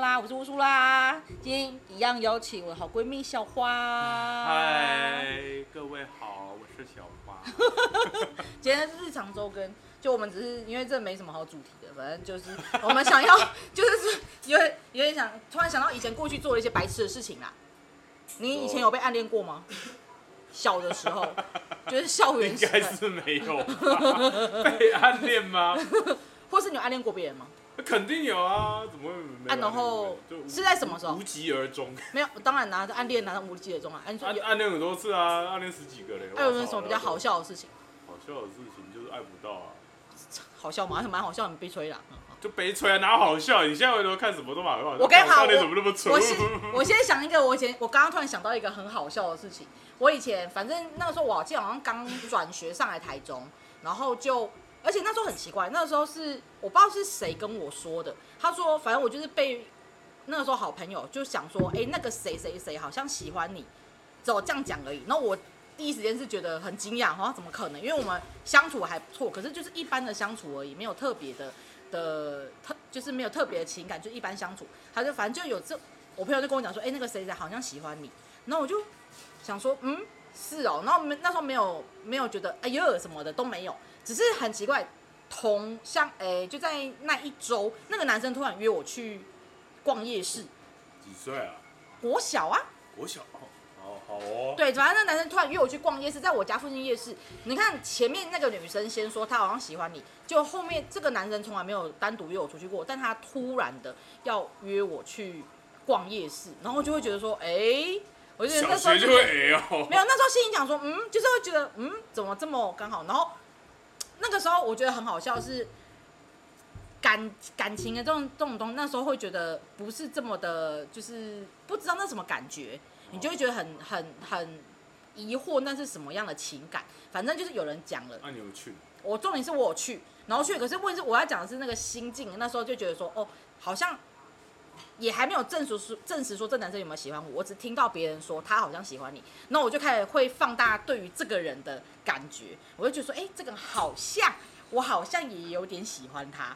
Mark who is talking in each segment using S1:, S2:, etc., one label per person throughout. S1: 啦，我是乌苏啦，今天一样邀请我的好闺蜜小花。
S2: 嗨，各位好，我是小 花。
S1: 今天是日常周更，就我们只是因为这没什么好主题的，反正就是我们想要， 就是说有点有点想突然想到以前过去做了一些白痴的事情啦。你以前有被暗恋过吗？小的时 候，就是校园
S2: 应
S1: 时
S2: 该
S1: 代，
S2: 是没有 吧被暗恋吗？
S1: 或是你有暗恋过别人吗？
S2: 肯定有啊，怎么会没
S1: 啊，
S2: 有暗
S1: 然
S2: 恋
S1: 后
S2: 过？就无
S1: 是在什么时候
S2: 无？疾而终，
S1: 没有，当然拿着暗恋拿到无疾而终啊。啊，你说
S2: 暗
S1: 有，
S2: 暗恋很多次啊，暗恋十几个嘞。
S1: 还哎有没
S2: 我
S1: 有
S2: 操
S1: 什么比较好？笑的事情？
S2: 好笑的事情就是爱不到啊，
S1: 好笑吗？还蛮好笑，你被吹了。嗯好
S2: 就悲催啊，哪有好笑？你现在回头看什么都蛮好笑。
S1: 我跟你
S2: 看
S1: 好，
S2: 我当年怎么那么
S1: 我
S2: 蠢？
S1: 我先我先想一个，我以前我刚刚突然想到一个很好笑的事情。我以前反正那个时候我记得好像刚转学上来台中，然后就而且那时候很奇怪，那个时候是我不知道是谁跟我说的，他说反正我就是被那个时候好朋友就想说，哎、那个谁谁谁好像喜欢你，只有这样讲而已。然后我第一时间是觉得很惊讶，好哦像怎么可能？因为我们相处还不错，可是就是一般的相处而已，没有特别的的特，就是没有特别的情感，就一般相处。他就反正就有这，我朋友就跟我讲说，哎、那个谁谁好像喜欢你，然后我就想说，嗯，是哦，然后没那时候没有没有觉得哎呦什么的都没有，只是很奇怪，同像哎、就在那一周，那个男生突然约我去逛夜市，
S2: 几岁啊？
S1: 国小啊，
S2: 我小哦，好好哦。
S1: 对，反正那男生突然约我去逛夜市，在我家附近夜市。你看前面那个女生先说她好像喜欢你，就后面这个男生从来没有单独约我出去过，但他突然的要约我去逛夜市，然后就会觉得说，哎、我就觉得那
S2: 小
S1: 时候
S2: 学
S1: 就
S2: 就
S1: 觉得
S2: 会 A 哦
S1: 没。有，那时候心里想说，嗯，就是会觉得，嗯，怎么这么刚好？然后那个时候我觉得很好笑是感感情的这种这种东西，那时候会觉得不是这么的，就是不知道那什么感觉，你就会觉得很很很疑惑那是什么样的情感。反正就是有人讲了，
S2: 啊那你有去吗？
S1: 我重点是我有去，然后去，可是问题是我要讲的是那个心境，那时候就觉得说，哦，好像也还没有证实说证实说这男生有没有喜欢我，我只听到别人说他好像喜欢你，那我就开始会放大对于这个人的感觉，我就觉得说，哎、这个人好像我好像也有点喜欢他，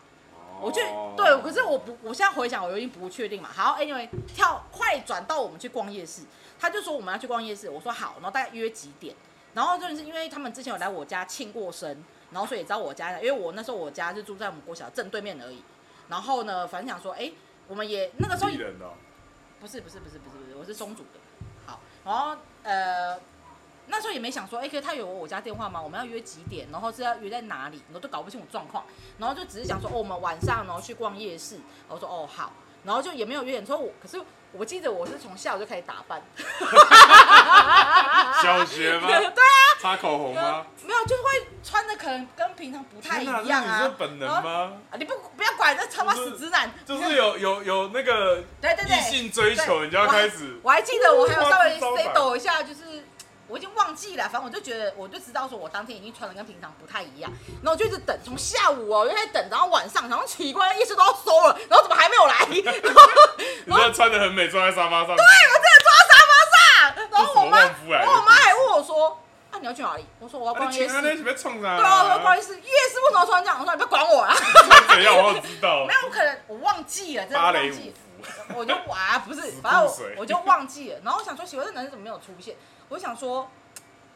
S1: 我就
S2: 哦
S1: 对，可是我不，我现在回想，我有点不确定嘛。好，anyway，跳快转到我们去逛夜市，他就说我们要去逛夜市，我说好，然后大概约几点？然后就是因为他们之前有来我家庆过生，然后所以也知道我家，因为我那时候我家是住在我们国小正对面而已。然后呢，反正想说，哎、我们也那个时候
S2: 艺人的哦，
S1: 不是不是不是不是不是，我是松竹的。好，然后呃，那时候也没想说，哎、可以他有我家电话吗？我们要约几点？然后是要约在哪里？我都搞不清楚状况。然后就只是想说，哦，我们晚上然后去逛夜市。我说哦好，然后就也没有约点。说我可是我记得我是从下午就开始打扮，啊
S2: 小学吗？
S1: 对
S2: 擦口红吗？
S1: 没有就会穿的可能跟平常不太一
S2: 天哪
S1: 样
S2: 这是
S1: 啊
S2: 你。是本
S1: 然
S2: 能
S1: 后
S2: 吗？
S1: 啊你不不要管那他妈
S2: 就是
S1: 死直男，
S2: 就是有有有那个
S1: 对对对
S2: 异性追
S1: 对
S2: 求，你就要开始
S1: 我还记得我还有稍微
S2: 哇这招
S1: say
S2: 法
S1: 抖一下，就是我已经忘记了，反正我就觉得我就知道说我当天已经穿的跟平常不太一样，然后我就一直等，从下午哦、我就在等，然后晚上，然后奇怪夜市都要收了，然后怎么还没有来？然 后
S2: 你真的穿的很美，坐在沙发上，哎
S1: 对我真的抓沙发上，然后我妈，
S2: 这什么旺夫来的
S1: 然后我妈还问我说：“啊，你要去哪里？”我说：“我要
S2: 啊，
S1: 逛
S2: 你
S1: 夜
S2: 前
S1: 市。”
S2: 面那
S1: 对
S2: 准备冲啥？
S1: 啊，我说不好意思，夜市为什么要穿这样？我说你不要管我啊，
S2: 怎样？我知道
S1: 没，有，我可能我忘记了，真的
S2: 芭
S1: 忘
S2: 蕾舞
S1: 记了。
S2: 服，
S1: 我就哇，不是，
S2: 死
S1: 反正
S2: 不
S1: 我
S2: 水
S1: 我就忘记了。然后我想说，奇怪，这男生怎么没有出现？我想说，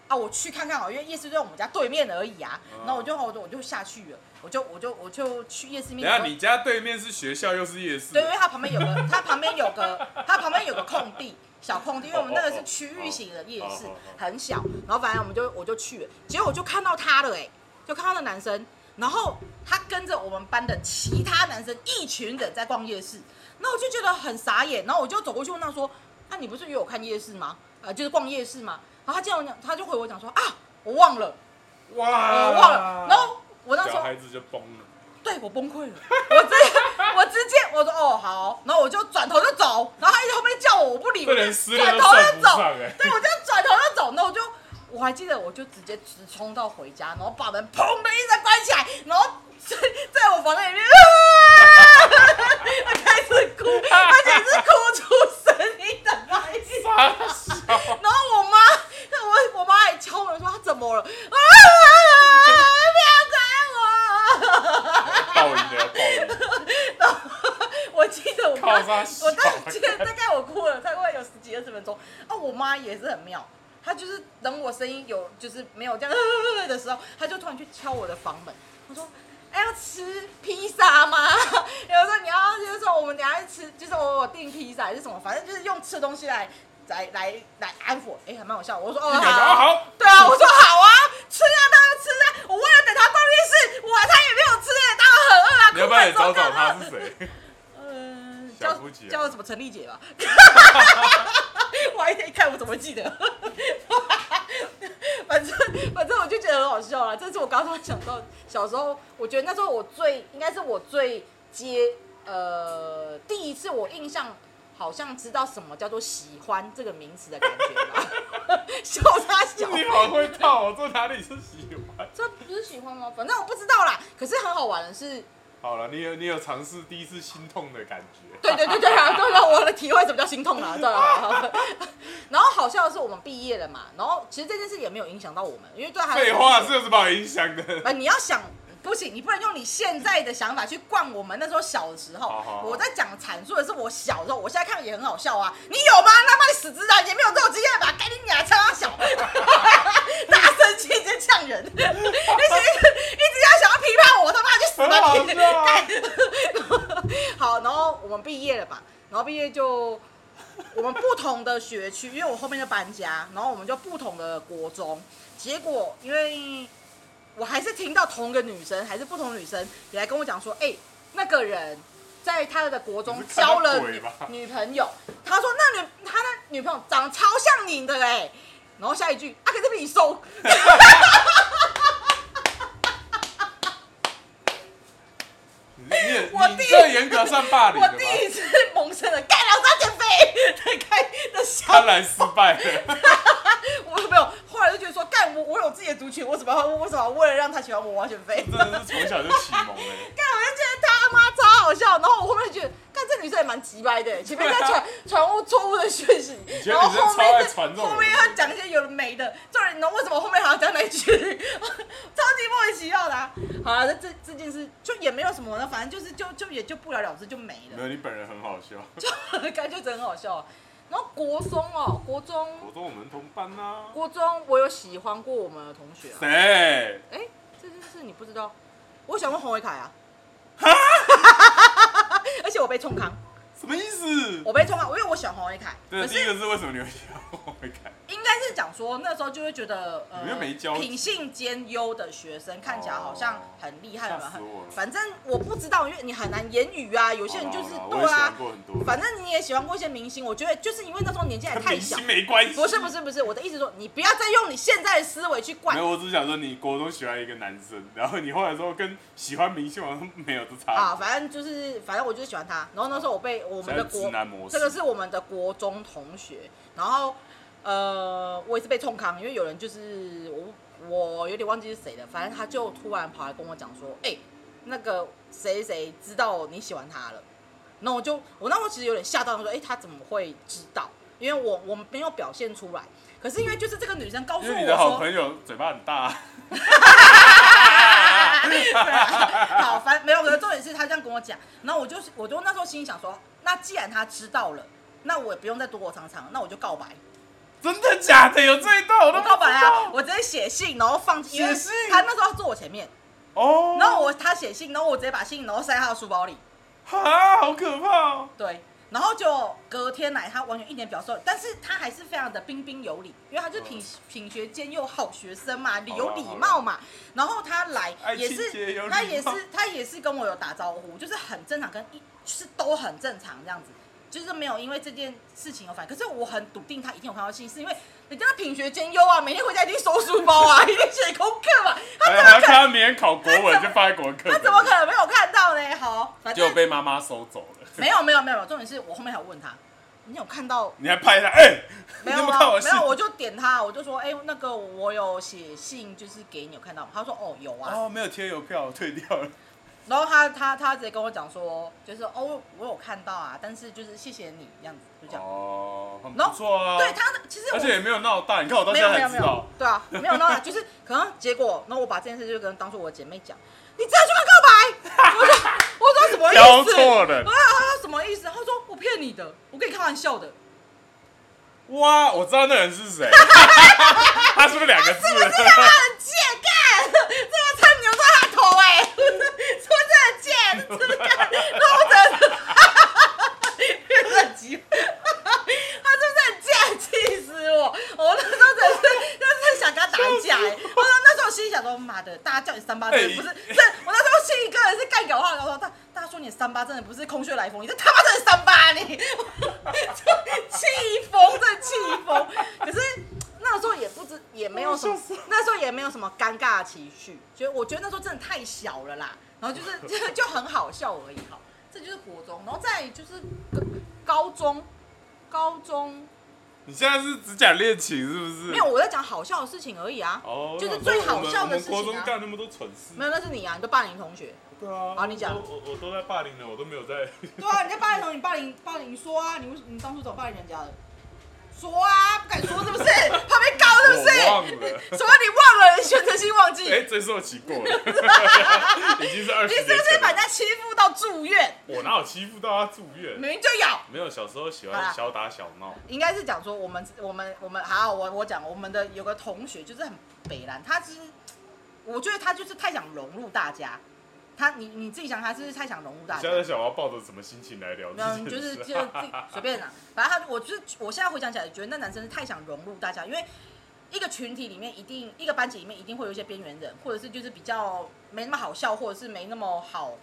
S1: 啊，我去看看好了，因为夜市就在我们家对面而已啊。
S2: 哦
S1: 然后我就我就我就下去了，我就我就我就去夜市
S2: 等
S1: 面
S2: 一下
S1: 前。
S2: 你家对面是学校又是夜市
S1: 对，，因为它旁边有个，它旁边有个，它旁边有个空地，小空地，因为我们那个是区域型的夜市
S2: 哦哦哦哦，
S1: 很小。然后反正我们就我就去了，结果我就看到他了、欸，哎，就看到那男生，然后他跟着我们班的其他男生一群人在逛夜市，那我就觉得很傻眼，然后我就走过去问他说：“那、你不是约我看夜市吗？呃，就是逛夜市吗？”然后他竟然讲，他就回我讲说：“啊，我忘了，
S2: 哇，
S1: 呃，忘了。”然后我那时
S2: 小
S1: 候
S2: 孩子就崩了，
S1: 对我崩溃了，我直我直接我说哦好，然后我就转头就走，然后他一直后面叫我，我不理，
S2: 这
S1: 我就
S2: 连失恋
S1: 转
S2: 都
S1: 头
S2: 算
S1: 就
S2: 不
S1: 走，
S2: 上哎，
S1: 对我就转头就走，然后我就我还记得我就直接直冲到回家，然后把门砰的一声关起来，然后在在我房间里面，啊、 我开始哭，而且是哭出声音的那一种。
S2: 傻笑，
S1: 然后我妈，我我妈还敲门说她怎么了？啊！不要打 我！
S2: 报应的要报应，
S1: 我记得我
S2: 靠
S1: 妈，
S2: 发
S1: 我
S2: 小
S1: 大概记得大概我哭了大概有十几二十分钟。哦，我妈也是很妙，她就是等我声音有就是没有这样呃的时候，她就突然去敲我的房门，她说。哎，要吃披萨吗？ 有时候你要就是说我们等一下去吃，就是我我订披萨还是什么，反正就是用吃的东西来来来来安抚我。哎，还蛮好笑。我说哦
S2: 你感觉
S1: 好，
S2: 好，
S1: 对啊，我说好啊，吃啊，当然吃啊。我为了等他逛夜市，我他也没有吃，当然很饿啊。
S2: 你要不要也
S1: 哭
S2: 找
S1: 完之后
S2: 找他是谁？
S1: 嗯，
S2: 小
S1: 叫
S2: 夫姐啊
S1: 叫什么陈丽姐吧， 我还一看我怎么记得，反正反正我就觉得很好笑啊。这是我刚刚想到小时候，我觉得那时候我最应该是我最接呃第一次我印象好像知道什么叫做喜欢这个名词的感觉吧， 笑他小。
S2: 你好会套哦，这哪里是喜欢？
S1: 这不是喜欢吗？反正我不知道啦。可是很好玩的是，
S2: 好了，你有你有尝试第一次心痛的感觉，
S1: 对对对对啊，对啊，我的体会什么叫心痛 啊，对啊。 然后好笑的是，我们毕业了嘛，然后其实这件事也没有影响到我们，因为对还
S2: 废话是有什么好影响的？
S1: 呃，你要想不行，你不能用你现在的想法去灌我们那时候小的时候。
S2: 好好好
S1: 我在讲阐述的是我小时候，我现在看也很好笑啊。你有吗？他妈你死直男，也没有这种经验吧？赶紧你来唱啊 小，大生气直接呛人，一直一直一直要想要批判我，他妈去死
S2: 很
S1: 吧
S2: 好
S1: 你！
S2: 笑啊！
S1: 好，然后我们毕业了吧？然后毕业就我们不同的学区，因为我后面就搬家，然后我们就不同的国中。结果因为我还是听到同一个女生，还是不同女生也来跟我讲说，哎、那个人在他的国中
S2: 你是看到
S1: 交了
S2: 鬼
S1: 女
S2: 吧
S1: 女朋友，他说那女他的女朋友长得超像你的哎、然后下一句啊，可是比你瘦。
S2: 你你也
S1: 我
S2: 你
S1: 第一
S2: 这严格算霸凌
S1: 我
S2: 的吧？
S1: 第一次萌生了干老张减肥的开的笑
S2: 当然失败了，
S1: 我没有，后来就觉得说，干我我有自己的族群，我怎么要我怎么要为了让他喜欢我，我要选妃？
S2: 真的是从小就启
S1: 干
S2: 蒙哎。
S1: 我就觉得他妈超好笑，然后我后面就觉得，干这女生也蛮急掰 的，前面在传传误错误的讯息，
S2: 觉
S1: 然
S2: 得
S1: 后
S2: 女生
S1: 后
S2: 超爱
S1: 面
S2: 传这
S1: 是
S2: 种
S1: 后面要讲一些有的没的，重点你懂为什么后面还要讲那一句，超 级莫名其妙的、啊。好了，这这这件事就也没有什么，反正就是就就也就不了了之，就没
S2: 没
S1: 了，
S2: 有，你本人很好笑。
S1: 就 感觉真的很好笑啊、然后国中哦，国中
S2: 我说我们同班啊呐、
S1: 国中我有喜欢过我们的同学、啊。
S2: 谁？
S1: 哎、这件事你不知道？我想问洪伟凯啊。 而且我被冲康，
S2: 什么意思？
S1: 我被冲康，因为我喜欢洪伟凯。
S2: 对，
S1: 可
S2: 第一
S1: 是
S2: 个是为什么你会想我会看？
S1: 应该是讲说那时候就会觉得，呃
S2: 你们没交集
S1: 品性兼优的学生看起来好像很厉害
S2: 吓
S1: 嘛
S2: 死。我了！
S1: 反正我不知道，因为你很难言语啊。有
S2: 有
S1: 些人就是
S2: 我
S1: 对
S2: 也喜
S1: 啊
S2: 欢，过很多人，
S1: 反正你也喜欢过一些明星。我觉得就是因为那时候年纪还
S2: 跟
S1: 太
S2: 明
S1: 小
S2: 星，没关系。
S1: 不是不是不是，我的意思说你不要再用你现在的思维去灌
S2: 没有，我只是想说你国中喜欢一个男生，然后你后来说跟喜欢明星好像没有这
S1: 啊，
S2: 差别。
S1: 反正就是，反正我就是喜欢他。然后那时候我被我们
S2: 现
S1: 的
S2: 在直
S1: 国，
S2: 男模式，
S1: 这个是我们的国中同学，然后呃，我也是被冲康，因为有人就是我我有点忘记是谁了，反正他就突然跑来跟我讲说，哎、那个谁谁知道你喜欢他了，那我就我那时候其实有点吓到，我说，哎、他怎么会知道？因为我我没有表现出来，可是因为就是这个女生告诉
S2: 因
S1: 我
S2: 为你
S1: 说，
S2: 的好朋友嘴巴很大，
S1: 对啊好，反正没有。可是重点是他这样跟我讲，然后我就是，我就那时候心里想说，那既然他知道了，那我也不用再躲躲藏藏，那我就告白，
S2: 真的假的？有这一段我都
S1: 我
S2: 不知道
S1: 告白啊，我直接写信，然后放进，因为
S2: 写信
S1: 他那时候坐我前面，
S2: 哦，
S1: 然后我他写信，然后我直接把信然后塞他的书包里，
S2: 啊，好可怕哦！
S1: 对。然后就隔天来，他完全一点表示，但是他还是非常的彬彬有礼，因为他就是品、
S2: 嗯
S1: 品学兼优好学生嘛，有礼貌嘛。然后他来
S2: 啊爱
S1: 也
S2: 亲
S1: 是
S2: 切有礼貌
S1: 他也是他也是跟我有打招呼，就是很正常，跟一就是都很正常这样子，就是没有因为这件事情有反应。可是我很笃定他一定有看到信，是因为人家品学兼优啊，每天回家一定收书包 啊，一定写功课嘛，他
S2: 还
S1: 怎
S2: 哎还要
S1: 么
S2: 看
S1: 可
S2: 他明天考国文就放在国文
S1: 他
S2: 课本，
S1: 怎么可能没有看到呢？好，反
S2: 就
S1: 正
S2: 被妈妈收走了？
S1: 没有没有没有，重点是我后面还有问他，你有看到
S2: 你还拍他？哎、
S1: 没
S2: 你
S1: 有
S2: 怎么
S1: 啊
S2: 看我，
S1: 没
S2: 信？
S1: 有，我就点他，我就说，哎、那个我有写信，就是给你有看到吗？他说，哦，有啊。
S2: 哦，没有贴邮票，我退掉了。
S1: 然后他他他直接跟我讲说，就是哦，我我有看到啊，但是就是谢谢你这样子，就这样。
S2: 哦，很
S1: 然
S2: 不
S1: 后
S2: 错啊。
S1: 对，他的，其实我
S2: 而且也没有闹大，你看我到
S1: 没
S2: 现
S1: 有
S2: 在
S1: 没有
S2: 才
S1: 没
S2: 知道
S1: 有。，对啊，没有闹大， 就是可能结果，那我把这件事就跟当初 我姐妹讲，你真的去跟告白？我说我说什么意思？
S2: 挑错人
S1: 我说啊什么意意思？”他说：“我骗你的，我跟你开玩笑的。
S2: 哇，我知道那人是 谁，他是不是两个字？”
S1: 很贱，干！这个菜牛在他头哎、欸，是不是很贱？真的干，那我真的是，很急，他是不是很贱？气死我！我那时候真的是，真是想跟他打架哎、欸！我那时候心里想说，妈的，大家叫你三八真的不是，这我那时候心里个人是干搞话，然后说大大家说你三八真的不是空穴来风，你这他妈真的三八你，气疯，真的气疯。可是那时候也不知也没有什么，那时候也没有什么尴尬的情绪，就我觉得那时候真的太小了啦，然后就是 就就很好笑而已。好，这就是国中，然后再来就是高中，高中
S2: 你现在是只讲恋情是不是？
S1: 没有，我在讲好笑的事情而已啊。
S2: 哦，
S1: 就是
S2: 我想说
S1: 最好笑的
S2: 我们
S1: 事情啊
S2: 我们国中干那么多蠢事，
S1: 没有，那是你啊，你都霸凌同学。
S2: 对啊。
S1: 好你讲
S2: 我我我都在霸凌了，我都没有在。
S1: 对啊，人家霸凌同学你霸凌霸凌，你说啊，你为什你当初怎么霸凌人家的？说啊，不敢说 是不是？怕被告是不
S2: 我忘了
S1: 是？什么你忘了？你选择性忘记？
S2: 哎，这是我骑 过了，已经是二
S1: 你
S2: 十
S1: 是
S2: 年
S1: 不是
S2: 前
S1: 把人
S2: 了。
S1: 家欺负到住院？
S2: 我哪有欺负到他住院？
S1: 明明就有，
S2: 没有，小时候喜
S1: 好啦
S2: 欢小打小闹。
S1: 应该是讲说我们我们我们好，我我讲我们的有个同学就是很北蓝，他其实我觉得他就是太想融入大家，他你你自己想他是不是太想融入大
S2: 你
S1: 家
S2: 现？在想我要抱着什么心情来聊这
S1: 嗯，
S2: 件
S1: 就是就
S2: 事？
S1: 是自己随便啦，反正他我就是我现在回想起来，觉得那男生是太想融入大家，因为一个群体里面一定一个班级里面一定会有一些边缘人，或者是就是比较没那么好笑，或者是没那么好。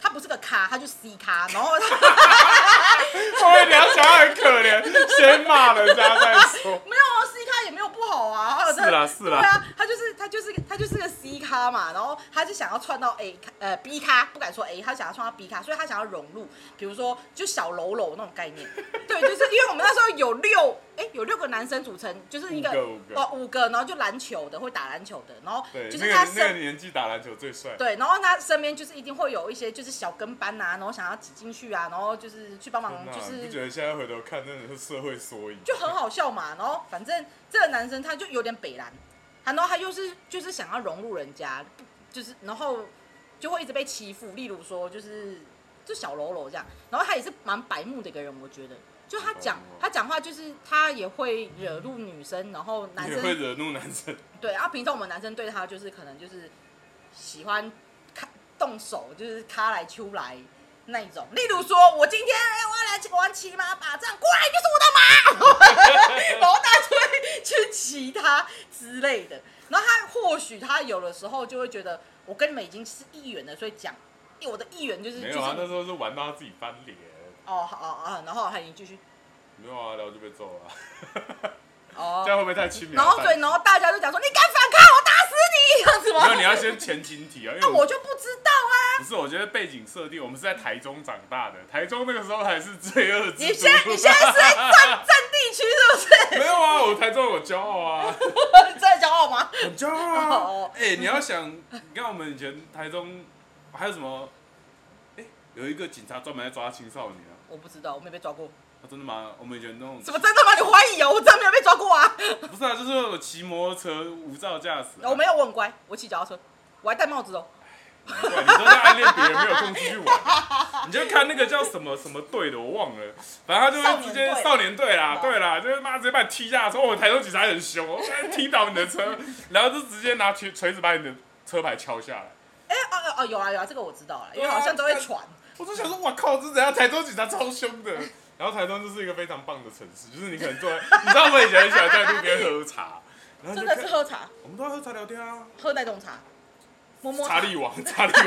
S1: 他不是个咖，他就 C 咖，然后他。
S2: 我聊小孩很可怜，先骂人家再说
S1: 没有啊，C 咖也没有不好啊。他有
S2: 是
S1: 在
S2: 啦是啦
S1: 对啊，他就是他就是他就是个 C 咖嘛，然后他就想要窜到 A 咖呃 B 咖，不敢说 A，他想要窜到 B 咖，所以他想要融入，比如说就小喽喽那种概 念。对，就是因为我们那时候有六哎有六个男生组成，就是一个
S2: 五个五个
S1: 哦五个，然后就篮球的会打篮球的，然后
S2: 对，
S1: 就
S2: 那
S1: 是
S2: 个
S1: 他
S2: 那个
S1: 身。
S2: 年纪打篮球最帅。
S1: 对，然后他身边就是一定会有一些就是小跟班啊，然后想要挤进去啊，然后就是去帮忙
S2: 天哪，
S1: 就
S2: 啊你
S1: 是
S2: 不觉得现在回头看，真的是社会缩影？
S1: 就很好笑嘛。然后反正这个男生他就有点北蓝，然后他又是就是想要融入人家，不就是然后就会一直被欺负。例如说就是就小喽啰这样，然后他也是蛮白目的一个人，我觉得。就他讲
S2: 白目
S1: 他讲话就是他也会惹怒女生，然后男
S2: 也会
S1: 生
S2: 惹怒男生，
S1: 对啊，平常我们男生对他就是可能就是喜欢看动手，就是他来出来。那一种，例如说，我今天哎、我要来玩骑马打仗，过来就是我的马， 然后大家就会去骑他之类的。然后他或许他有的时候就会觉得，我跟你们已经是议员了，所以讲我的议员就是
S2: 没
S1: 嗯就
S2: 有啊，那
S1: 是
S2: 时候是玩到他自己翻脸，
S1: 哦好哦哦，然后他已经继续
S2: 没有啊，然后就被揍了啊，这
S1: 哦，
S2: 样会不会太轻描
S1: 然后
S2: 淡
S1: 所以然后大家就讲说，你敢反抗，我打死你这样子
S2: 没有，
S1: 吗？
S2: 你要先前情提啊，因为
S1: 那我就不知道啊，
S2: 不是，我觉得背景设定，我们是在台中长大的，台中那个时候还是罪恶之都。
S1: 你现在你现在是 在占占地区是 不
S2: 没有啊，我台中我骄 傲啊，
S1: 是？在骄傲吗？
S2: 很骄
S1: 哦
S2: 傲啊。哎、你要想，你看我们以前台中还有什么？哎、有一个警察专门在抓青少年啊。
S1: 我不知道，我没被抓过。
S2: 啊真的吗？我们以前那种
S1: 什么真的吗？你怀疑哦？我真的没有被抓过啊！
S2: 不是啊，就是我骑摩托车无照驾驶、啊。
S1: 我没有，我很乖，我骑脚踏车，我还戴帽子哦。
S2: 对，你都在暗恋别人，没有空出去玩。你就看那个叫什么什么队的，我忘了，反正他就是直接
S1: 少
S2: 少年队啦，对啦，就是妈直接把你踢下来，说哦，台中警察很凶，我踢倒你的车，然后就直接拿锤锤子把你的车牌敲下来。
S1: 哎、哦哦哦，有啊有啊，这个我知道了，因为
S2: 对啊
S1: 好像都会
S2: 但
S1: 传。
S2: 我就想说，哇靠，这怎样？台中警察超凶的。然后台中就是一个非常棒的城市，就是你可能坐在，你知道我们以前很喜欢在路边喝茶，然后
S1: 真
S2: 就
S1: 的
S2: 看
S1: 是喝茶，
S2: 我们都在喝茶聊天啊，
S1: 喝那种茶，摸摸
S2: 查
S1: 茶。
S2: 理王， 查理王。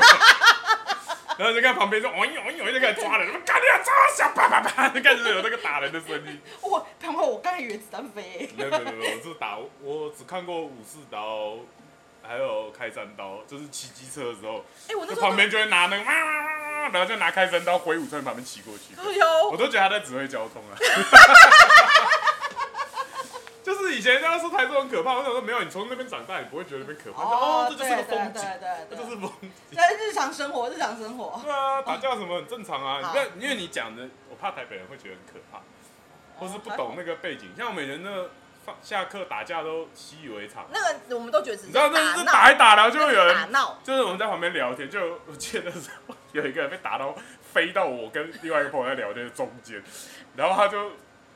S2: 然后就看旁边就哦呦哦呦，就开始抓人，他妈干你啊，抓小啪啪啪，就开始有那个打人的声 音。
S1: 我他妈，我刚才以为子弹飞欸、
S2: 没有没有没有，我是打，我只看过武士刀，还有开山刀，就是骑机车的时候，
S1: 哎、我那
S2: 就
S1: 时候
S2: 旁边就会拿那个哇哇哇哇，然后就拿开山刀挥舞从你旁边骑过 去。
S1: 哎呦，
S2: 我都觉得他在指挥交通啊。 就是以前人家说台中很可怕，我想说没有，你从那边长大，你不会觉得那边可怕。哦，这就是个风景，
S1: 对对
S2: 这
S1: 对对
S2: 就是
S1: 对，
S2: 风景。
S1: 在日常生活，日常生活。
S2: 对啊，打架什么很正常啊。
S1: 好
S2: 你看，因为你讲的，我怕台北人会觉得很可怕，或是不懂那个背景。像我们以前那个放下课打架都习以为常，
S1: 那个我们都觉得只
S2: 你
S1: 是
S2: 知道那是
S1: 闹，
S2: 打一打，然后就
S1: 那
S2: 会
S1: 是
S2: 有
S1: 打
S2: 人，
S1: 闹。
S2: 就是我们在旁边聊天，就我记得那时候有一个人被打到飞到我跟另外一个朋友在聊天的中间，然后他就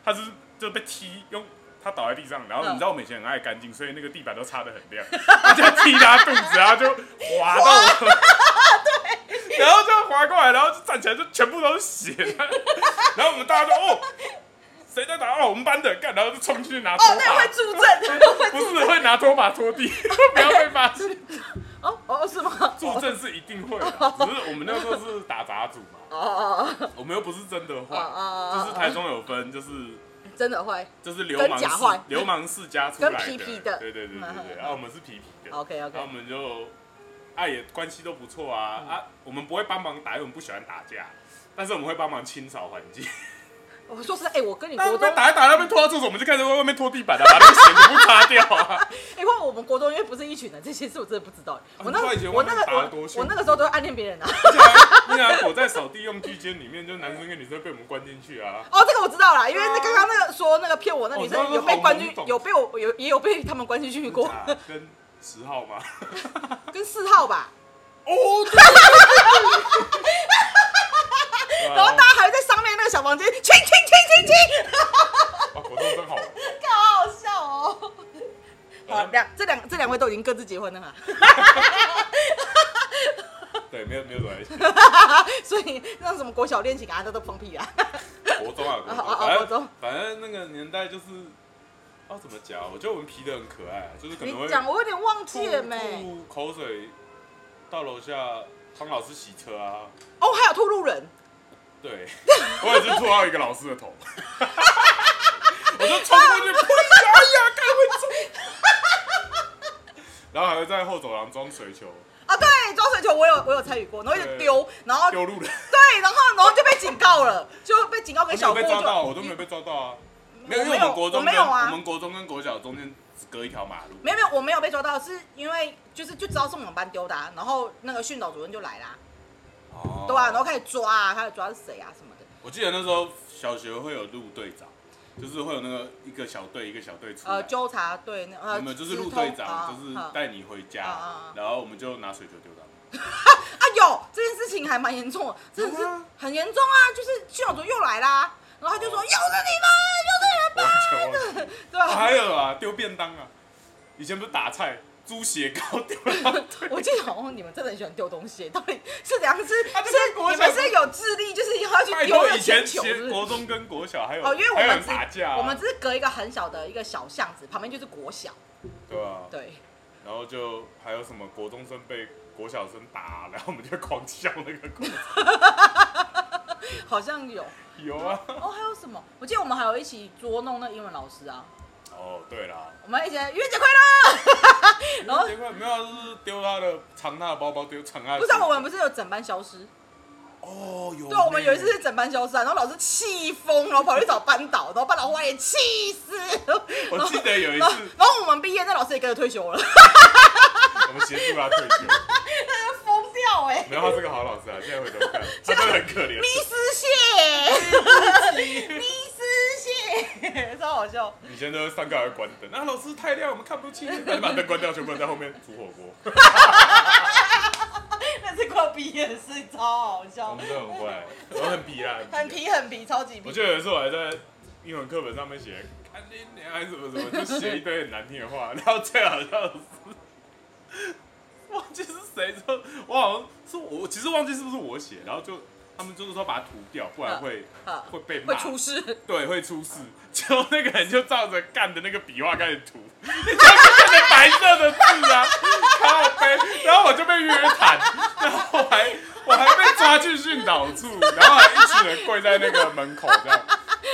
S2: 他就是就被踢，用他倒在地上，然后
S1: 嗯
S2: 你知道我们以前很爱干净，所以那个地板都擦的很亮，我就踢他肚子，然后就滑到我，对，然后就滑过来，然后就站起来就全部都是血，然后我们大家就哦。谁在打？哦，我们班的干，然后就冲进去拿拖
S1: 哦，
S2: 把
S1: 那，会助 阵，
S2: 不是会拿拖把拖地，不要被发现。
S1: 哦哦是吗？
S2: 助阵是一定 会的，只是我们那时候是打杂组嘛，
S1: 哦哦哦
S2: 我们又不是真的
S1: 哦
S2: 坏，就
S1: 哦，
S2: 是台中有分，就是
S1: 真的会
S2: 就是流氓
S1: 跟假
S2: 世
S1: 坏
S2: 流氓世家出来的，
S1: 跟皮皮的
S2: 对对对对
S1: 嗯
S2: 对，然后我们是皮皮的，
S1: ，OK
S2: 然后我
S1: OK，
S2: 们就啊也关系都不错
S1: 嗯
S2: 啊啊，我们不会帮忙打，因为我们不喜欢打架。但是我们会帮忙清扫环 境。
S1: 我说实在，哎，我跟你
S2: 那
S1: 国
S2: 我
S1: 中
S2: 们，打一打，那边拖到厕所，我们就开始在外面拖地板啊，把那个血全部擦掉啊。
S1: 因为我们国中因为不是一群人，这些事我真的不知道。我那
S2: 你知道以前
S1: 我那
S2: 我们
S1: 个
S2: 打得多
S1: 我
S2: 凶
S1: 我那个时候都会暗恋别人啊。
S2: 而且还你拿躲在扫地用具间里面，就男生跟女生被我们关进 去啊。
S1: 哦，这个我知道啦，因为那刚刚那个说那个骗我那女
S2: 哦那
S1: 生
S2: 个
S1: 有被关进
S2: 好懵，懂
S1: 有被我有也有被他们关进去过，
S2: 啊跟十号吗？
S1: 跟四号吧，
S2: 哦，
S1: 然后大家还在上面那个小房间亲亲亲亲亲，
S2: 哇，活动真好玩。
S1: 好好笑哦。好，两这两这两位都已经各自结婚了哈，
S2: 对，没有没有关系。
S1: 所以那什么国小恋情啊，那都放屁啊。
S2: 国中啊，国
S1: 哦哦
S2: 中，
S1: 哦
S2: 反
S1: 国中
S2: 正反正那个年代就是，哦，怎么讲啊？我觉得我们皮的很可爱啊，就是可能
S1: 你
S2: 会
S1: 讲我有点忘
S2: 吐
S1: 记了没？
S2: 吐口水到楼下帮老师洗车啊。
S1: 哦，还有吐路人，
S2: 对，我也是吐到一个老师的头，我就冲过去，呸！ 哎呀，该会中。然后还会在后走廊装水球，
S1: 啊，对，装水球我有我有参与过，然后一直
S2: 对
S1: 丢，然后
S2: 丢路人。
S1: 对，然后然后就被警告了，就被警告
S2: 我
S1: 跟
S2: 没哦
S1: 小
S2: 有被
S1: 布
S2: 抓到，我
S1: 就
S2: 都没有被抓到啊。
S1: 没
S2: 没
S1: 有
S2: 有，因为我们国中
S1: 我没
S2: 跟
S1: 有啊
S2: 我们国中跟国小中间只隔一条马路。
S1: 没有没有，我没有被抓到，是因为就是就知道是我们班丢的、啊，然后那个训导主任就来啦，
S2: 哦
S1: 对啊，然后开始抓啊，开始抓是谁啊什么的，
S2: 我记得那时候小学会有路队长，就是会有那个一个小队一个小队出来。
S1: 呃，纠察队那呃，
S2: 没有，嗯就是
S1: 直
S2: 路
S1: 通
S2: 队长，
S1: 啊
S2: 就是
S1: 啊
S2: 带你回
S1: 啊啊
S2: 家
S1: 啊，
S2: 然后我们 就拿水球丢他。
S1: 啊有这件事情还蛮严重的，真的是
S2: 有吗
S1: 很严重啊，就是训导主任又来啦，然后他就
S2: 哦
S1: 说又是你
S2: 我完
S1: 们，
S2: 全忘记了
S1: 又是你们，对吧、
S2: 啊还有啊，丢便当啊，以前不是打菜，猪血糕丢到队
S1: 我记得好像你们真的很喜欢丢东西，到底是怎样？是是
S2: 啊这跟国
S1: 你
S2: 小
S1: 们是有智力，就是要去
S2: 拜
S1: 丢
S2: 托，
S1: 那个
S2: 以前
S1: 铅球，是
S2: 前
S1: 不是
S2: 国中跟国小还有
S1: 哦，因为我
S2: 还有
S1: 们
S2: 人
S1: 只
S2: 打架啊，
S1: 我们只是隔一个很小的一个小巷子，旁边就是国小，
S2: 对啊，
S1: 对。
S2: 然后就还有什么国中生被国小生打，然后我们就狂笑那个国
S1: 好像有
S2: 有 啊。
S1: 哦，还有什么？我记得我们还有一起捉弄那英文老师啊，
S2: 哦，对啦，
S1: 我们一起来月姐快乐，然后
S2: 结果没有啊，就是丢他的藏他的包包，丢藏他的。
S1: 不是、啊、我们不是有整班消失？
S2: 哦，有
S1: 对啊，我们有一次
S2: 呢
S1: 是整班消失啊，然后老师气疯，然后跑去找班导，然后班导后来也气死，
S2: 我记得有一
S1: 然后
S2: 次
S1: 然后我们毕业，那老师也跟着退休了，
S2: 我们协助他退休，
S1: 疯掉哎、
S2: 没有他是个好老师啊，现在回头看，他真的很可怜
S1: 咪。失血，咪失血， 超好笑。
S2: 以前都是上课还会关灯，啊那老师太亮，我们看不清，那就把灯关掉，全部人在后面煮火锅。
S1: 那是快毕业的事，超好
S2: 我
S1: 笑
S2: 们，真的很坏，我很皮啦，
S1: 哦很。皮很皮，超级
S2: 嗯我
S1: 皮。
S2: 记得有一次我还在英文课本上面写“干你娘”还是什么什么，就写一堆很难听的话， 然后最好笑的是，忘记是谁说，我好像是我，我其实忘记是不是我写，然后就他们就是说把它涂掉，不然会、
S1: 啊
S2: 会被骂
S1: 会，出事，
S2: 对，会出事。结果那个人就照着干的那个笔画开始涂，你知道就看着白色的字啊，靠背，然后我就被约谈，然后我还我还被抓去训导处，然后还一群人跪在那个门口这样。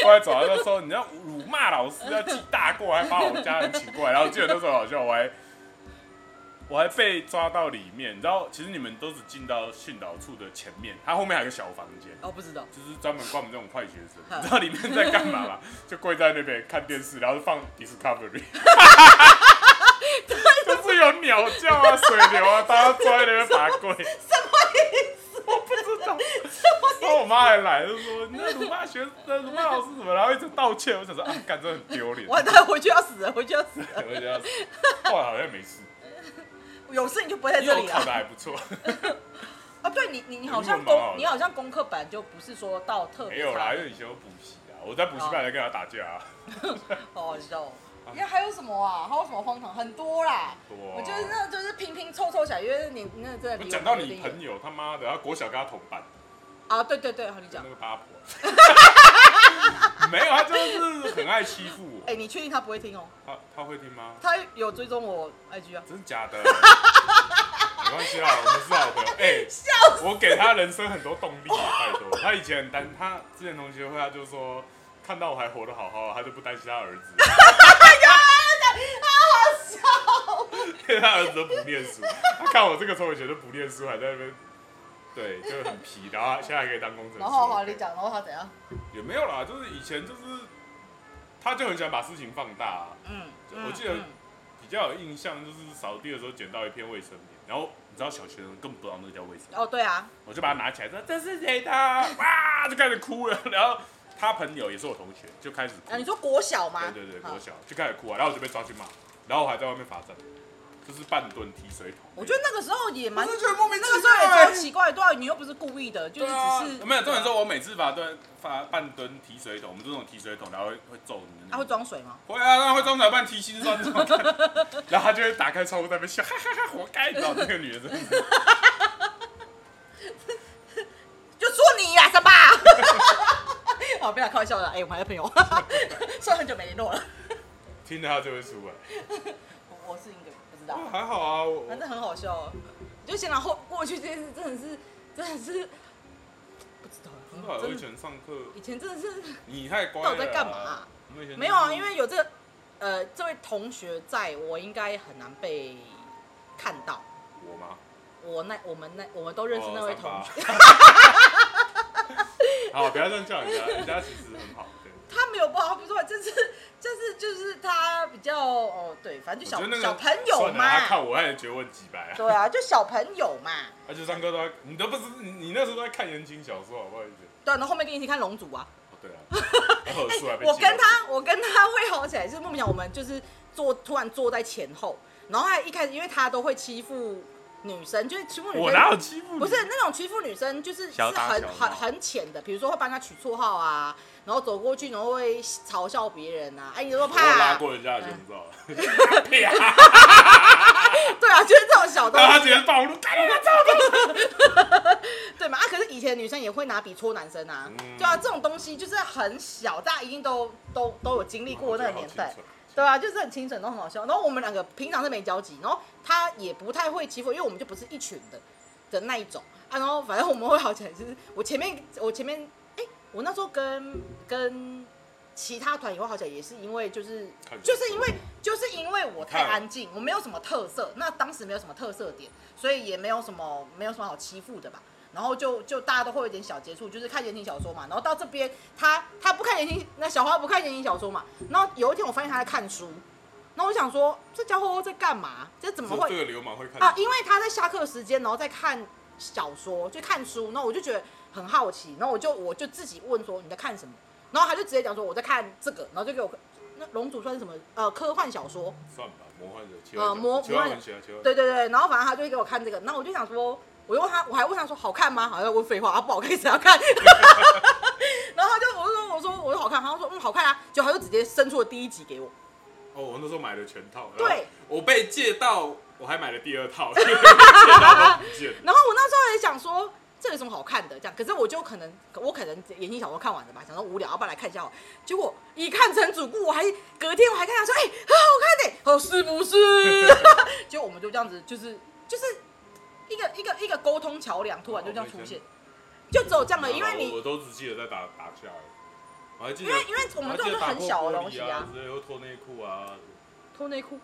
S2: 后来走到那时候，你要辱骂老师，要记大过，还把我们家人请过来。然后记得那时候好笑，我还我还被抓到里面。你知道，其实你们都只进到训导处的前面，它后面还有个小房间。
S1: 我哦不知道。
S2: 就是专门管我们这种坏学生，
S1: 嗯
S2: 你知道里面在干嘛 吗？就跪在那边看电视，然后放 Discovery，就是有鸟叫啊、水流啊，大家坐在那边罚 跪。
S1: 什么意思？我不知道。
S2: 然后我妈还来，就说你那辱骂学生、辱骂老师什么，然后一直道歉。我想说啊，感觉很丢脸。
S1: 完蛋，回去要死了，回去要死了。
S2: 我觉得后来好像没事，
S1: 有事你就不会在
S2: 因
S1: 这
S2: 为
S1: 里啊
S2: 我考 的
S1: 了。
S2: 还不错。
S1: 哎、哦，对你你你好像
S2: 英文蛮好
S1: 功
S2: 的
S1: 你好像功课本来就不是说到特别
S2: 啊没有
S1: 差
S2: 啦，因为以前有补习啊，我在补习班还跟他打架啊，
S1: 好好笑哦。因为还有什么啊？还有什么荒唐？很多啦。
S2: 多啊
S1: 我就是那，就是拼拼凑凑起来，因为你那真的
S2: 我
S1: 离
S2: 讲
S1: 我
S2: 到
S1: 有
S2: 你
S1: 点
S2: 朋
S1: 远
S2: 友他妈的，然后国小跟他同班，
S1: 啊，对对对，好你讲
S2: 那。个八婆， 没有，他就是很爱欺负我。
S1: 哎，你确定他不会听哦？
S2: 他他会听吗？
S1: 他有追踪我 IG 啊？
S2: 真的假的？没关系啦，我们是好朋友。哎、
S1: 笑死！
S2: 我给他人生很多动力，啊拜托。他以前很担，他之前同学会，他就说看到我还活得好好的，他就不担心他儿子，
S1: 啊，好笑。
S2: 因为他儿子都不念书。他看我这个时候，我觉得不念书还在那边，对，就很皮。然后他现在还可以当工程师。
S1: 然后好，你讲，然后他怎样？
S2: 也没有啦，就是以前就是，他就很喜欢把事情放大、啊
S1: 嗯，
S2: 我记得
S1: 嗯
S2: 比较有印象就是扫地的时候捡到一片卫生棉，然后你知道小学生根本不知道那个叫卫生棉
S1: 嗯，哦，对啊，
S2: 我就把它拿起来说这是谁的？哇，就开始哭了。 然后他朋友也是我同学，就开始哭。
S1: 啊，你说国小吗？
S2: 对对对，
S1: 好
S2: 国小就开始哭啊，然后我就被抓去骂，然后我还在外面罚站，就是半蹲踢水桶。
S1: 我觉得那个时候也蛮，
S2: 我是觉得莫名
S1: 那个
S2: 其妙
S1: 时候也超
S2: 欸
S1: 奇怪，对啊，你又不是故意的，就是
S2: 对啊
S1: 只是
S2: 没有重点是我每次罚蹲罚半蹲踢水桶，我们这种踢水桶，然后会会揍你
S1: 他
S2: 的那
S1: 会
S2: 种。
S1: 装水吗？
S2: 会啊，那会装彩半踢心酸，这种感觉 然后他就会打开窗户在那边笑，哈哈哈，活该！你知道那个女的真的 是，
S1: 就说你呀， 什么？好，不要开玩笑了，哎，我们还是朋友，虽然很久没联络了，
S2: 听到她就会出来。
S1: 我我是应该不知道
S2: 哇，，还好啊，我
S1: 反正很好笑哦。就想到后过去这件事，真的是，真的是不知道
S2: 真的，我以
S1: 真的
S2: 前上课
S1: 以前真的是
S2: 你太乖了
S1: 到
S2: 啊。
S1: 底在干嘛？
S2: 我们以前就是
S1: 没有啊，因为有这呃这位同学在，我应该很难被看到。
S2: 我吗？
S1: 我那我们那我们都认识那位同学，
S2: 学。 好，不要这样叫人家，人家其实很好。对，
S1: 他没有不好，他不是坏，就是就是就是他比较哦对，反正就
S2: 我
S1: 小
S2: 觉得那个
S1: 小朋
S2: 算
S1: 友
S2: 了他
S1: 嘛，
S2: 看我，他也觉得我很鸡白啊。
S1: 对啊，就小朋友嘛。
S2: 而且上课都在，你都不是你你那时候都在看言情小说，好不好意思？
S1: 对啊，然后后面跟你一起看《龙族》啊，
S2: 哦，对啊，然哎后我出来被
S1: 我
S2: 记录
S1: 跟他我跟他会好起来，就是莫名其妙我们就是坐突然坐在前后，然后还一开始因为他都会欺负女生，就是欺负女生，
S2: 我哪有欺负你？啊
S1: 不是那种欺负女生，就是是
S2: 小打
S1: 很
S2: 小闹
S1: 很很浅的，比如说会帮她取绰号啊，然后走过去，然后会嘲笑别人啊，哎，你都
S2: 我有
S1: 怕、
S2: 拉
S1: 啊，
S2: 过人家的胸罩， 啪！
S1: 对啊，就是这种小东
S2: 然后 他
S1: 西，
S2: 直接暴露，干我操！
S1: 对嘛？啊，可是以前的女生也会拿笔戳男生啊，
S2: 嗯
S1: 对啊，这种东西就是很小，大家一定都都都有经历过那个年代
S2: 好清。纯
S1: 对啊，就是很清纯，都很好笑。然后我们两个平常是没交集，然后他也不太会欺负，因为我们就不是一群的的那一种啊。然后反正我们会好起来，就是我前面我前面哎、我那时候跟跟其他团也会好起来，也是因为就是
S2: 看人
S1: 就是因为就是因为我太
S2: 看
S1: 安静，我没有什么特色，那当时没有什么特色点，所以也没有什么没有什么好欺负的吧。然后就就大家都会有点小接触，就是看言情小说嘛。然后到这边，他他不看言情，那小花不看言情小说嘛。然后有一天我发现他在看书，然后我想说这家伙在干嘛？这怎么
S2: 说这
S1: 会
S2: 个流氓会看
S1: 啊？因为他在下课时间，然后在看小说，就看书。然后我就觉得很好奇，然后我就我就自己问说你在看什么？然后他就直接讲说我在看这个，然后就给我那龙主算是什么呃科幻小说，
S2: 算吧，魔幻的切
S1: 呃魔
S2: 切换
S1: 魔
S2: 文学，切换
S1: 对对对，然后反正他就会给我看这个，那我就想说，我又问他，我还问他说好看吗？好像问废话啊，不好看谁要看？ 然后他就我就说我说我说好看，他就说嗯好看啊，就他就直接伸出了第一集给我，
S2: 哦，我那时候买了全套，
S1: 对，
S2: 我被借到，我还买了第二 套，借到我不见了
S1: 然后我那时候也想说。这有什么好看的？这样，可是我就可能，我可能言情小说看完了吧，想说无聊，要不然来看一下好了。哦结果一看成主顾，我还隔天我还看他说，哎、很好看呢、哦，是不是？结果我们就这样子，就是就是一个一个一个沟通桥梁，突然就这样出现，就只有这样的，因为你
S2: 哦我我都只记得在打打架而已，我还记
S1: 因
S2: 得，
S1: 为因为我们这种是很小的东西
S2: 我还记得打
S1: 啊
S2: 破玻璃啊，，之类又脱内裤啊，
S1: 脱内裤，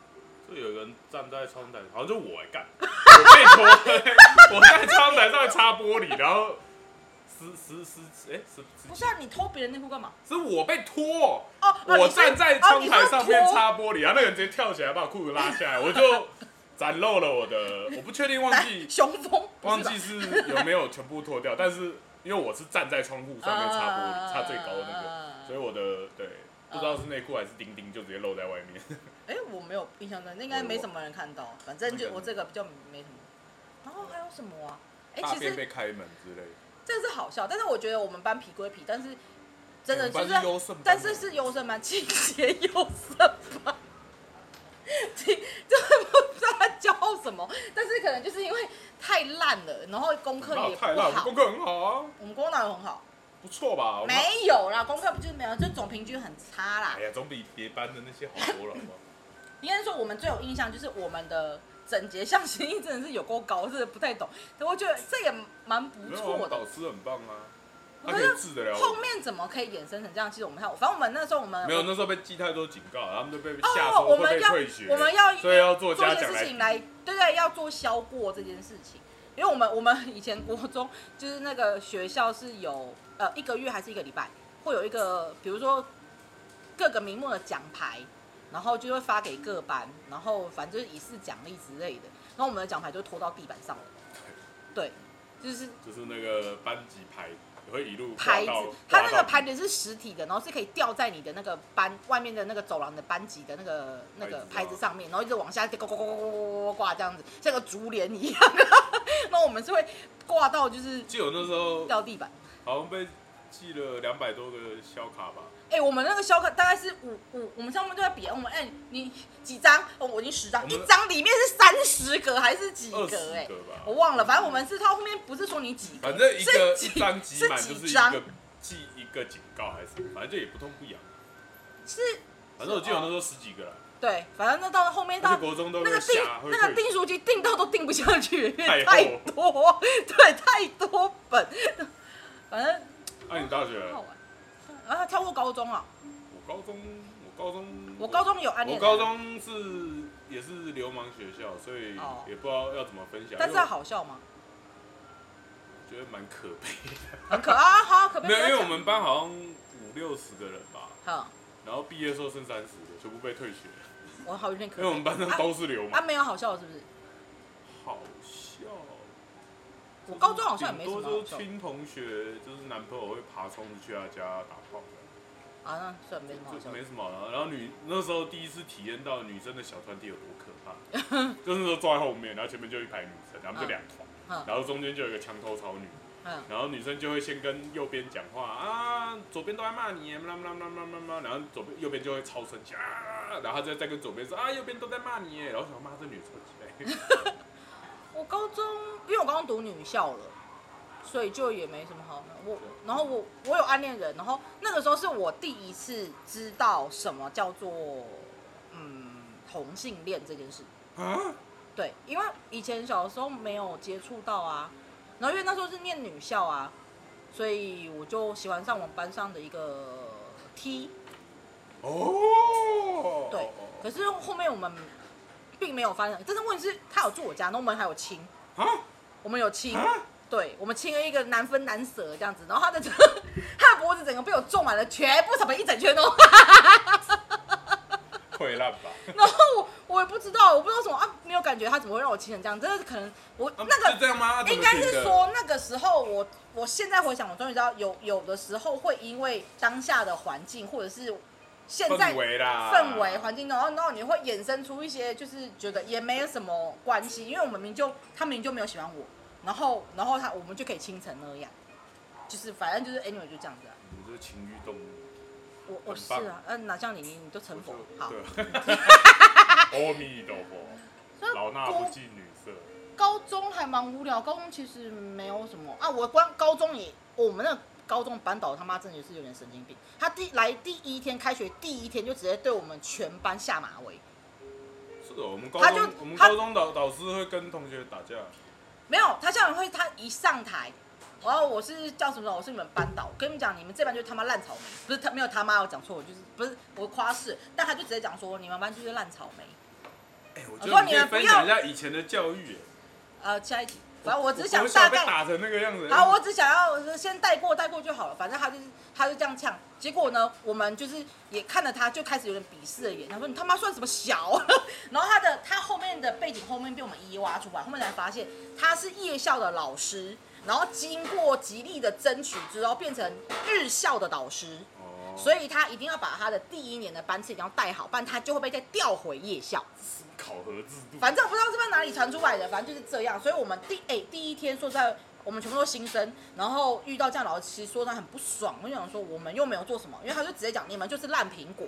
S2: 就有人站在窗台，好像就我来欸干， 我被脱了，我在窗台上面擦玻璃，然后撕撕撕，哎，是
S1: 不是啊，你偷别人内裤干嘛？
S2: 是我被脱。
S1: 哦，哦
S2: 我
S1: 你是
S2: 站在窗台上面
S1: 哦你说脱
S2: 擦玻璃，然后那个人直接跳起来把我裤子拉下来，我就展露了我的，我不确定忘 记
S1: 来雄风，不是
S2: 忘
S1: 吧
S2: 记是有没有全部脱掉，但是因为我是站在窗户上面擦玻璃，擦最高的那
S1: 啊
S2: 个，所以我的对不知道是内裤还是丁丁就直接露在外面。
S1: 哎、我没有印象的，那应该没什么人看到，反正就我这个比较没什么。然后还有什么啊？哎、
S2: 大
S1: 其
S2: 便
S1: 实
S2: 被开门之类的。
S1: 这是好笑，但是我觉得我们班皮归皮，但是真的
S2: 我们
S1: 就
S2: 班是优胜班哦
S1: 但是是优胜班，清洁优胜班，清就是不知道他教什么，但是可能就是因为太烂了，然后功课
S2: 那
S1: 也不
S2: 太烂，我们
S1: 好
S2: 功，课很好啊，
S1: 我们功课哪有很好？
S2: 不错吧？我们
S1: 没有啦，功课就是没有，就总平均很差啦
S2: 哎。呀，总比别班的那些好多了，好不好？
S1: 应该说我们最有印象就是我们的整洁向心力真的是有够高，真的不太懂。但我觉得这也蛮不
S2: 没有啊，我
S1: 错
S2: 们
S1: 的
S2: 导。师很棒啊，
S1: 我
S2: 他
S1: 觉
S2: 可
S1: 得
S2: 以治得了
S1: 后
S2: 我。
S1: 面怎么可以衍生成这样？其实我们还有，反正我们那时候我们
S2: 没有，那时候被记太多警告，他们都被吓
S1: 哦，
S2: 说
S1: 我
S2: 会
S1: 们
S2: 被
S1: 要
S2: 退学，
S1: 我们要
S2: 所以要做
S1: 做
S2: 家
S1: 一些
S2: 长
S1: 事情
S2: 来。
S1: 来，对对，要做消过这件事情。因为我们我们以前国中就是那个学校是有呃一个月还是一个礼拜会有一个，比如说各个名目的奖牌，然后就会发给各班，然后反正就是以示奖励之类的。然后我们的奖牌就拖到地板上了，对，就是
S2: 就是那个班级牌会一路
S1: 牌
S2: 排
S1: 子
S2: 到，，
S1: 它
S2: 挂
S1: 那个
S2: 到
S1: 牌子是实体的，然后是可以吊在你的那个班外面的那个走廊的班级的那个那个
S2: 牌
S1: 牌
S2: 子
S1: 子
S2: 啊
S1: 上面，然后一直往下挂挂挂挂挂挂挂挂这样子，像个竹帘一样。 那我们是会挂到就是
S2: 记得我那时候
S1: 掉地板。
S2: 好像被记了两百多个小卡吧，
S1: 哎、我们那个小卡大概是五五，我们上面都在比，我们哎、你几张？哦，我已经十张，
S2: 我
S1: 一
S2: 们
S1: 张里面是三十格还是几
S2: 二十
S1: 格、哎
S2: 个，吧
S1: 我，忘了，反正我们是到后面不是说你几格，
S2: 反正一个
S1: 是
S2: 一
S1: 几
S2: 张集满
S1: 是
S2: 就是
S1: 几
S2: 一
S1: 张
S2: 个，记一个警告还是什么，反正就也不痛不痒。
S1: 是，
S2: 反正我记得
S1: 是
S2: 我
S1: 哦
S2: 那时候十几个了，
S1: 对，反正那到后面
S2: 而
S1: 到
S2: 且国中都
S1: 那
S2: 被
S1: 个订
S2: 吓会
S1: 那个
S2: 退学
S1: 订书机订到都订不下去，因为
S2: 太
S1: 太
S2: 厚
S1: 多，对，太多本，反正
S2: 那啊你大学
S1: 很好
S2: 了？
S1: 玩。然后他跳过高中啊，
S2: 我高中，我高中，
S1: 我高中有暗恋
S2: 我
S1: 人啊，
S2: 高中是也是流氓学校，所以
S1: 哦
S2: 也不知道要怎么分享。
S1: 但是
S2: 因为
S1: 好笑吗？
S2: 我觉得蛮可 悲
S1: 很 可啊，好可
S2: 的。
S1: 悲。
S2: 没有，因为我
S1: 们
S2: 们班好像五六十个人吧，
S1: 好，
S2: 然后毕业的时候剩三十个，全部被退学了，
S1: 我好有点可
S2: 因
S1: 悲。
S2: 为我们班上都是流
S1: 啊
S2: 氓。
S1: 没有好笑的是不是？
S2: 好笑。
S1: 我高中好像也没什
S2: 顶
S1: 么
S2: 多
S1: 好
S2: 就是
S1: 笑的
S2: 亲同学，就是男朋友会爬窗子去他家打炮的，
S1: 啊，那算了没什么好
S2: 就
S1: 笑
S2: 没
S1: 的。
S2: 什么啊好。然后女那时候第一次体验到女生的小团体有多可怕，就是说坐在后面，然后前面就一排女生，然后就两团，
S1: 嗯
S2: 然后中间就有一个墙头草女，
S1: 嗯，
S2: 然后女生就会先跟右边讲话啊，左边都在骂你耶，啦啦啦啦啦啦，然后左边右边就会超生气啊，然后她就再跟左边说啊，右边都在骂你耶，然后想骂这女生起来，
S1: 我高中因为我高中读女校了。所以就也没什么好。我然后我我有暗恋人，然后那个时候是我第一次知道什么叫做嗯同性恋这件事。
S2: 啊，
S1: 对，因为以前小的时候没有接触到啊，然后因为那时候是念女校啊，所以我就喜欢上我们班上的一个 T。
S2: 哦，
S1: 对，可是后面我们并没有发生，但是问题是他有住我家，然后我们还有亲，
S2: 啊
S1: 我们有亲。
S2: 啊。
S1: 对，我们亲了一个难分难舍这样子，然后他的整个 他的脖子整个被我种满了，全部什么一整圈哦。
S2: 溃烂吧？
S1: 然后我我也不知道，我不知道什么啊，没有感觉他怎么会让我亲成这样，真的是可能我
S2: 啊
S1: 那
S2: 是
S1: 个
S2: 这样吗？
S1: 应该
S2: 怎么
S1: 是
S2: 停的，
S1: 说那个时候我我现在回想，我终于知道有有的时候会因为当下的环境或者是现在
S2: 氛围啦，
S1: 氛围环境，然后然后你会衍生出一些，就是觉得也没有什么关系，因为我们明明就他明明就没有喜欢我，然后然后他我们就可以亲成那样，就是反正就是 anyway 就这样子、啊。
S2: 你这情欲动物，
S1: 我我
S2: 很
S1: 是
S2: 棒
S1: 啊，嗯、哪像你你你都成佛好。
S2: 对，阿弥陀佛，
S1: 所以
S2: 老衲
S1: 高
S2: 不近女色，
S1: 高中还蛮无聊，高中其实没有什么啊。我光高中也，我们那个高中班导他妈真的是有点神经病。他第来第一天开学第一天就直接对我们全班下马威，
S2: 是哦，我们高
S1: 他就
S2: 中我们
S1: 他
S2: 高中导导师会跟同学打架，
S1: 没有，他校园会他一上台，然后我是叫什么？我是你们班导，我跟你们讲，你们这班就是他妈烂草莓，不是他没有他妈，我讲错，我就是不是我夸饰，但他就直接讲说你们班就是烂草莓。
S2: 哎，我
S1: 觉
S2: 觉
S1: 得
S2: 得
S1: 你啊可
S2: 你可
S1: 以分
S2: 以分
S1: 享一
S2: 享一下以前的教育，
S1: 呃，下一题，反正我只是想
S2: 想
S1: 大
S2: 被
S1: 概
S2: 打成那个 样子，
S1: 好，我只想要先带过带过就好了，反正他就是他就这样呛。结果呢，我们就是也看了他，就开始有点鄙视的眼，他说你他妈算什么小？ 然后他的他后面的背景后面被我们一一挖出来，后面才发现他是夜校的老师，然后经过极力的争取之后变成日校的导师。
S2: 哦
S1: 所以他一定要把他的第一年的班次一定要带好，不然他就会被再调回夜校。
S2: 考核制度，
S1: 反正我不知道是不是哪里传出来的，反正就是这样。所以我们第哎、第一天说实在，我们全部都新生，然后遇到这样老师，其实说他很不爽。我就想说我们又没有做什么，因为他就直接讲你们就是烂苹果，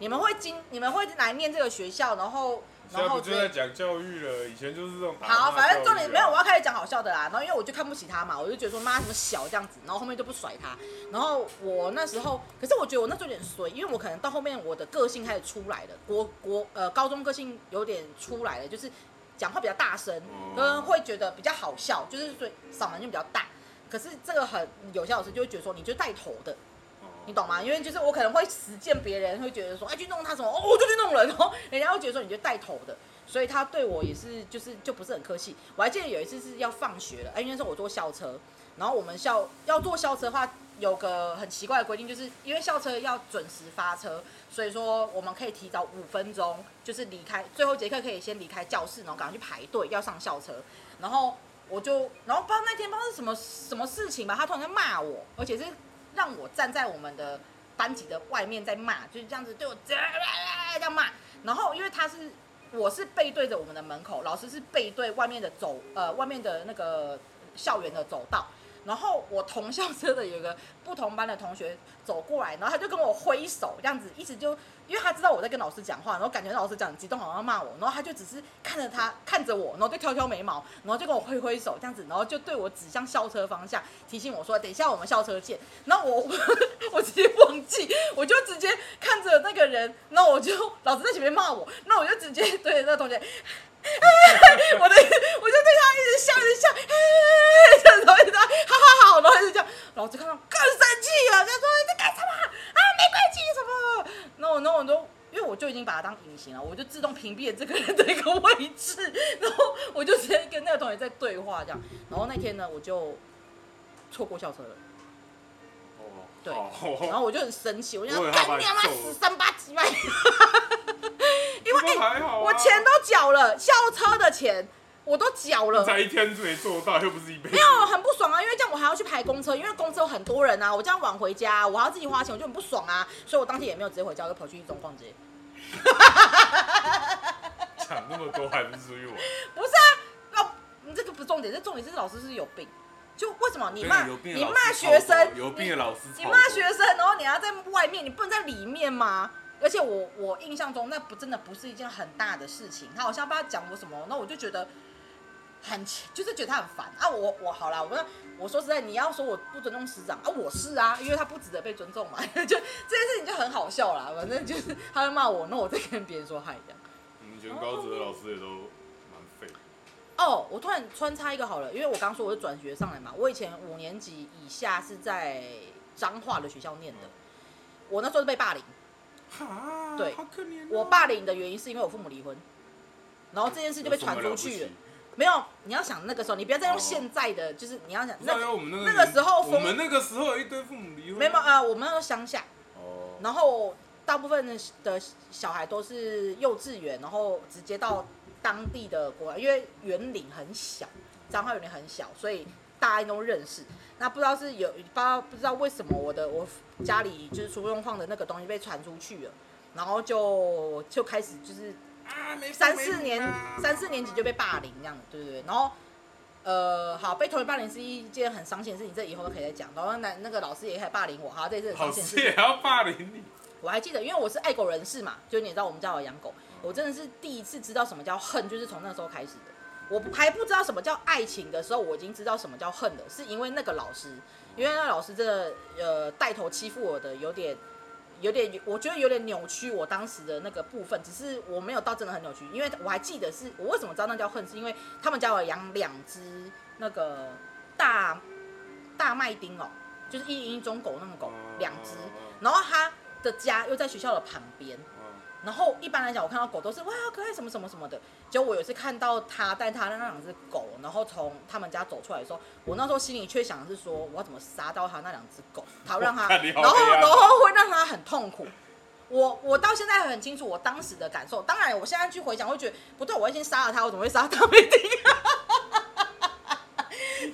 S1: 你们会经你们会来念这个学校，然后
S2: 现在
S1: 然
S2: 不
S1: 后
S2: 就在讲教育了？以前就是这种打骂
S1: 好，反正重点没有，我
S2: 教育啊
S1: 要开始讲好笑的啦。然后因为我就看不起他嘛，我就觉得说妈什么小这样子，然后后面就不甩他。然后我那时候，可是我觉得我那时候有点衰，因为我可能到后面我的个性开始出来了，国国呃高中个性有点出来了，就是讲话比较大声，
S2: 哦
S1: 跟会觉得比较好笑，就是所以嗓门就比较大。可是这个很有效老师就会觉得说你就带头的，
S2: 哦
S1: 你懂吗？因为就是我可能会实践别人，会觉得说，哎，去弄他什么，哦，我就去弄人，然 后人家会觉得说你就带头的，所以他对我也是就是就不是很客气。我还记得有一次是要放学了，哎，因为那时候我坐校车，然后我们校要坐校车的话，有个很奇怪的规定，就是因为校车要准时发车，所以说我们可以提早五分钟，就是离开最后节课可以先离开教室，然后赶快去排队要上校车，然后。我就，然后不知道那天不知道是什么什么事情吧，他突然间骂我，而且是让我站在我们的班级的外面在骂，就是这样子对我这样骂。然后因为他是我是背对着我们的门口，老师是背对外面的走呃外面的那个校园的走道。然后我同校车的有一个不同班的同学走过来，然后他就跟我挥手，这样子一直就，因为他知道我在跟老师讲话，然后感觉老师讲很激动，好像要骂我，然后他就只是看着他看着我，然后就挑挑眉毛，然后就跟我挥挥手这样子，然后就对我指向校车方向，提醒我说等一下我们校车见。然后我 我直接忘记，我就直接看着那个人，那我就老师在前面骂我，那我就直接对着那个同学。 我的，我就对他一直笑，一直笑，哎，这样子，然后一直在哈哈哈，然后一直这样，老师看到更生气了，他说你在干什么啊？没关系，什么？然后，然后我就。因为我就已经把他当隐形了，我就自动屏蔽了这个人的一个位置，然后我就直接跟那个同学在对话这样。然后那天呢，我就错过校车了。
S2: 哦
S1: 对
S2: 哦
S1: 然后我就很生气，我就
S2: 我
S1: 说
S2: 以为他
S1: 干
S2: 把你
S1: 你妈
S2: 揍了
S1: 死三八几 万，因为、
S2: 这
S1: 哎
S2: 还好啊
S1: 我钱都缴了，校车的钱我都缴了，
S2: 在一天之内做到，又不是一辈子
S1: 没。有很不爽啊，因为这样我还要去排公车，因为公车有很多人啊，我这样晚回家，我还要自己花钱，我就很不爽啊，所以我当天也没有直接回家，我就跑去一中逛街。
S2: 讲那么多还不是属于我？
S1: 不是啊，那、这个不是重点，这重点是老师是有病。就为什么你骂
S2: 对有病的
S1: 你
S2: 老师
S1: 骂
S2: 超
S1: 学生
S2: 多，有病啊的老师超
S1: 你
S2: 多
S1: 骂学生，然后你还要在外面，你不能在里面吗？而且我我印象中那不真的不是一件很大的事情，他好像不知道讲我什么，那我就觉得很气就是觉得他很烦啊。我我好啦，我说我说实在，你要说我不尊重师长啊，我是啊，因为他不值得被尊重嘛， 就这件事情就很好笑啦。反正就是他会骂我，那我再跟别人说嗨这样。
S2: 我们以前高职的老师也都蛮废的，
S1: 哦，我突然穿插一个好了，因为我刚说我是转学上来嘛，我以前五年级以下是在彰化的学校念的，我那时候是被霸凌，
S2: 哈
S1: 对
S2: 好可怜哦。
S1: 我霸凌的原因是因为我父母离婚，然后这件事就被传出去了。没有，你要想那个时候，你不要再用
S2: 哦
S1: 现在的，就是你要想
S2: 有什么了不起。那啊
S1: 那
S2: 因为我们那个
S1: 那个时候
S2: 我
S1: 风
S2: 们那个时候有一堆父母离婚，
S1: 没有啊、呃我们那时候乡下，
S2: 哦，
S1: 然后大部分的的小孩都是幼稚园，然后直接到当地的国，因为园林很小，彰化园林很小，所以大家都认识。那不知道是有，不知道不知道为什么我的我家里就是厨用放的那个东西被传出去了，然后就就开始就是
S2: 啊，没啊
S1: 三四年三
S2: 四
S1: 四年级就被霸凌这样，对对对，然后。呃，好，被同学霸凌是一件很伤心的事情，这以后都可以再讲。然后那那个老师也开始霸凌我，好，这也是很
S2: 老
S1: 伤心的事
S2: 师
S1: 情。
S2: 也要霸凌 你，
S1: 我还记得，因为我是爱狗人士嘛，就你也知道我们家有养狗，我真的是第一次知道什么叫恨，就是从那时候开始的。我不还不知道什么叫爱情的时候，我已经知道什么叫恨了，是因为那个老师，因为那老师真的呃带头欺负我的，有点有点，我觉得有点扭曲我当时的那个部分，只是我没有到真的很扭曲，因为我还记得是我为什么知道那叫恨，是因为他们家有养两只那个大大麦丁哦，就是一英一中狗那
S2: 哦
S1: 种狗，哦两只，然后他的家又在学校的旁边，
S2: 嗯
S1: 然后一般来讲，我看到狗都是哇好可爱什么什么什么的。结果我有一次看到他带他的那两只狗，然后从他们家走出来的时候，我那时候心里却想的是说，我要怎么杀到他那两只狗，好让他，
S2: 看你好
S1: 然后
S2: 黑暗
S1: 然后会让他很痛苦。我我到现在很清楚我当时的感受，当然我现在去回想会觉得不对，我要先杀了他，我怎么会杀 他没听？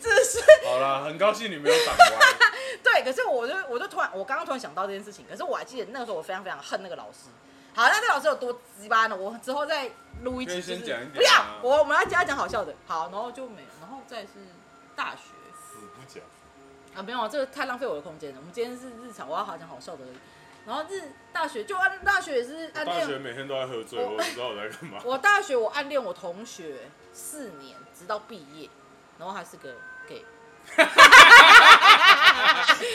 S1: 只是
S2: 好啦，很高兴你没有长歪，
S1: 对，对，可是我就我就突然，我刚刚突然想到这件事情，可是我还记得那个时候我非常非常恨那个老师。好，那这老师有多鸡巴呢？我之后再录一集、就
S2: 可以
S1: 是，
S2: 先讲一点啊
S1: 不要，我我们要讲讲好笑的。好，然后就没，然后再是大学
S2: 死不讲。
S1: 啊，没有，这个太浪费我的空间了。我们今天是日常，我要好讲好笑的而已。然后日大学就暗大学也是暗
S2: 大学
S1: 恋，
S2: 每天都在喝醉，
S1: 啊我
S2: 我不知道我在干嘛。
S1: 我大学我暗恋我同学四年，直到毕业，然后还是个 gay，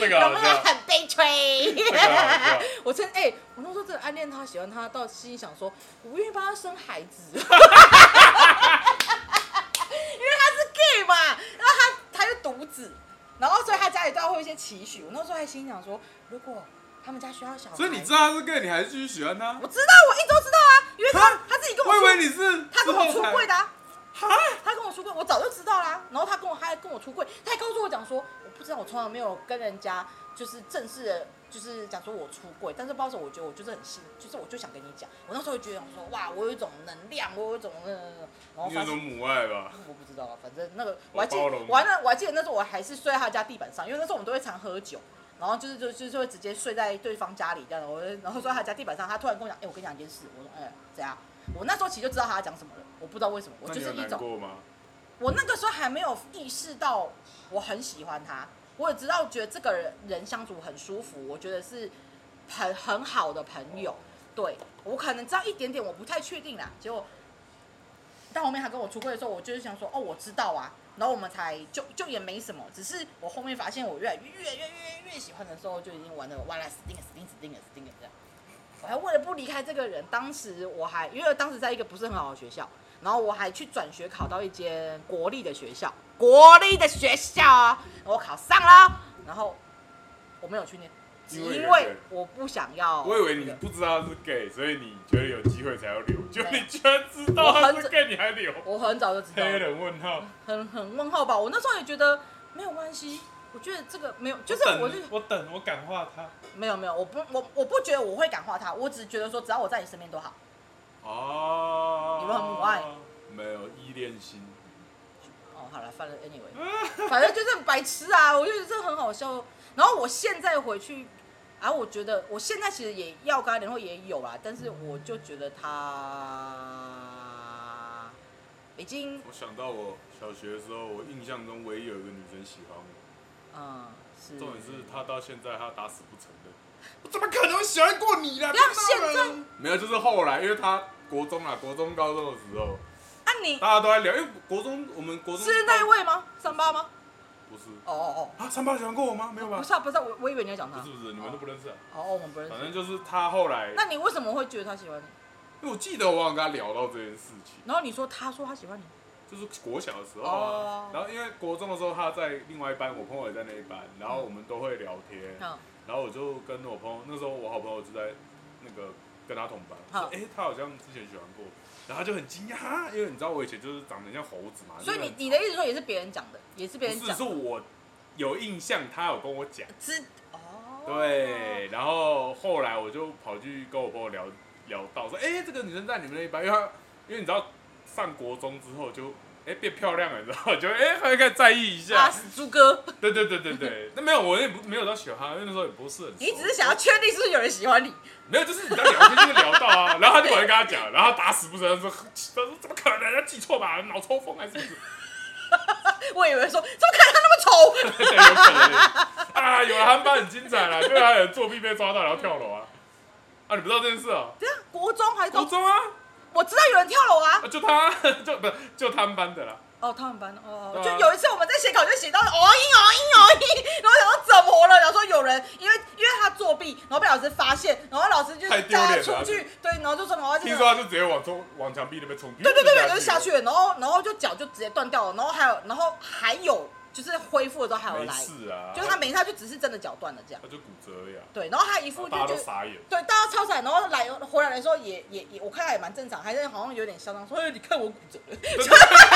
S2: 这个
S1: 有
S2: 好
S1: 没有
S2: 笑，
S1: 很悲催？
S2: 这个好笑。
S1: 我真哎、我那时候真的暗恋他，喜欢他，到心里想说，我不愿意帮他生孩子， 因为他是 gay 嘛，然后他他是独子，然后所以他家里对他会有一些期许。我那时候还心里想说，如果他们家需要小孩，
S2: 所以你知道他是 gay，你还是继续喜欢他
S1: 我？知道，我一周知道啊，因为他
S2: 啊
S1: 他自己跟我
S2: 我以为
S1: 说，
S2: 你是
S1: 他
S2: 之
S1: 跟我
S2: 后
S1: 出
S2: 才
S1: 柜的、啊。
S2: 哈，
S1: 他跟我出柜，我早就知道啦。然后他跟我，他还跟我出柜，他还告诉我讲说，我不知道，我从来没有跟人家就是正式的，就是讲说我出柜。但是不知道为什么，我觉得我就是很幸，就是我就想跟你讲。我那时候就觉得想说，哇，我有一种能量，我有一种那那那，然后
S2: 你有
S1: 发
S2: 种
S1: 现。
S2: 母爱吧？
S1: 我不知道啊，反正那个我还记得
S2: 我包容，你
S1: 我还那我还记得那时候我还是睡在他家地板上，因为那时候我们都会常喝酒，然后就是就就是会直接睡在对方家里这样的，我就然后睡在他家地板上，他突然跟我讲，哎、我跟你讲一件事，我说，哎、怎样？我那时候其实就知道他要讲什么了，我不知道为什么，我
S2: 那
S1: 就
S2: 你
S1: 是
S2: 有
S1: 一
S2: 难
S1: 种
S2: 过吗？
S1: 我那个时候还没有意识到我很喜欢他，我也知道觉得这个人人相处很舒服，我觉得是很很好的朋友。对我可能知道一点点，我不太确定啦。结果到后面他跟我出柜的时候，我就是想说，哦，我知道啊。然后我们才就就也没什么，只是我后面发现我越来越越越越越喜欢的时候，就已经玩的完了死定了死定了死定了死定了这样。我还为了不离开这个人，当时我还因为当时在一个不是很好的学校，然后我还去转学考到一间国立的学校，国立的学校啊，我考上了，然后我没有去念，只
S2: 因为
S1: 因
S2: 人
S1: 为
S2: 缘
S1: 我不想要。
S2: 我以为你不知道他是 gay，所以你觉得有机会才要留，就
S1: 没有
S2: 你居然知道他是 gay，你还留？
S1: 我很早就知道
S2: 黑
S1: 了，
S2: 人问号，
S1: 很很问号吧。我那时候也觉得没有关系，我觉得这个没有，就是
S2: 等
S1: 我就
S2: 我等我感化他。
S1: 没有没有，我不我我不觉得我会感化他，我只是觉得说只要我在你身边都好。
S2: 哦，
S1: 有没有母爱？
S2: 没有依恋心，
S1: 哦，好了，反正 anyway，反正就是很白痴啊，我就觉得这很好笑。然后我现在回去，啊，我觉得我现在其实也要跟他联络也有啦，但是我就觉得他已经
S2: 我想到我小学的时候，我印象中唯一有一个女生喜欢我，
S1: 嗯是。
S2: 重点是她到现在她打死不承认，我怎么可能会喜欢过你啦？
S1: 不要
S2: 骗到人
S1: 现
S2: 没有，就是后来，因为她国中啊，国中高中的时候，
S1: 啊你
S2: 大家都在聊，因为国中我们国中
S1: 是那一位吗？三八吗？
S2: 不是
S1: 哦哦
S2: 啊，三八喜欢过我吗？没有
S1: 哦，
S2: 吧
S1: 不？是啊不是啊，我我以为你要讲他。
S2: 不是不是，你们都不认识啊。
S1: 哦，我们不认
S2: 反
S1: 识。
S2: 正就是她后来，
S1: 那你为什么会觉得他喜欢你？
S2: 因为我记得我好像跟她聊到这件事情。
S1: 然后你说他说他喜欢你，
S2: 就是国小的时候啊
S1: 哦，
S2: 然后因为国中的时候他在另外一班，我朋友也在那一班，然后我们都会聊天，
S1: 嗯，
S2: 然后我就跟我朋友，那时候我好朋友就在那个跟他同班，
S1: 好
S2: 说哎、他好像之前喜欢过，然后他就很惊讶哈，因为你知道我以前就是长得像猴子嘛，
S1: 所以
S2: 就
S1: 你
S2: 是很
S1: 你的意思说也是别人讲的，也是别人
S2: 不是
S1: 讲
S2: 是我有印象，他有跟我讲，
S1: 知哦，
S2: 对，然后后来我就跑去跟我朋友聊聊到说，哎、这个女生在你们那一班，因为她因为你知道上国中之后就。哎、变漂亮了，你知道吗？就 哎，还、欸、可以在意一下。
S1: 打死啊猪哥，
S2: 对对对 对对，那没有，我也不没有到喜欢他，因为那时候也不是很熟。
S1: 你只是想要确定是不是有人喜欢你，
S2: 没有，就是你在聊天就是聊到 啊，然后他就跑去跟他讲，然后他打死不承认说，他说怎么可能？他记错吧，脑抽风还是 什么？
S1: 我以为说怎么看他那么丑，
S2: 对有可能 啊，有了他们班很精彩啦，对啊，有作弊被抓到然后跳楼啊，啊，你不知道这件事啊？
S1: 对啊，国中还是
S2: 高
S1: 高，
S2: 中啊，
S1: 我知道有人跳楼啊
S2: 啊，就他， 就不是就他们班的啦，
S1: 哦，他们班哦，
S2: 对啊
S1: 就有一次我们在写稿就写到哦音哦音哦音， 然后想说怎么了，然后说有人因为因为他作弊，然后被老师发现，然后老师就
S2: 太
S1: 叫
S2: 丢脸
S1: 他
S2: 了
S1: 出去，对，然后就说然后就
S2: 听说他就直接往中往墙壁那边冲，
S1: 对对对对，就
S2: 就
S1: 下去
S2: 了。
S1: 了，然后然后就脚就直接断掉了，然后还有然后还有就是恢复的时候还有
S2: 没
S1: 来，
S2: 事啊，
S1: 就是他没事他就只是真的脚断了这样，
S2: 他就骨折而已啊，
S1: 对，然后他一副就
S2: 大家
S1: 觉
S2: 都
S1: 得。
S2: 傻眼。
S1: 对，大家超惨，然后来回来的时候也也也，我看他也蛮正常，还是好像有点嚣张，说：“哎，你看我骨折了，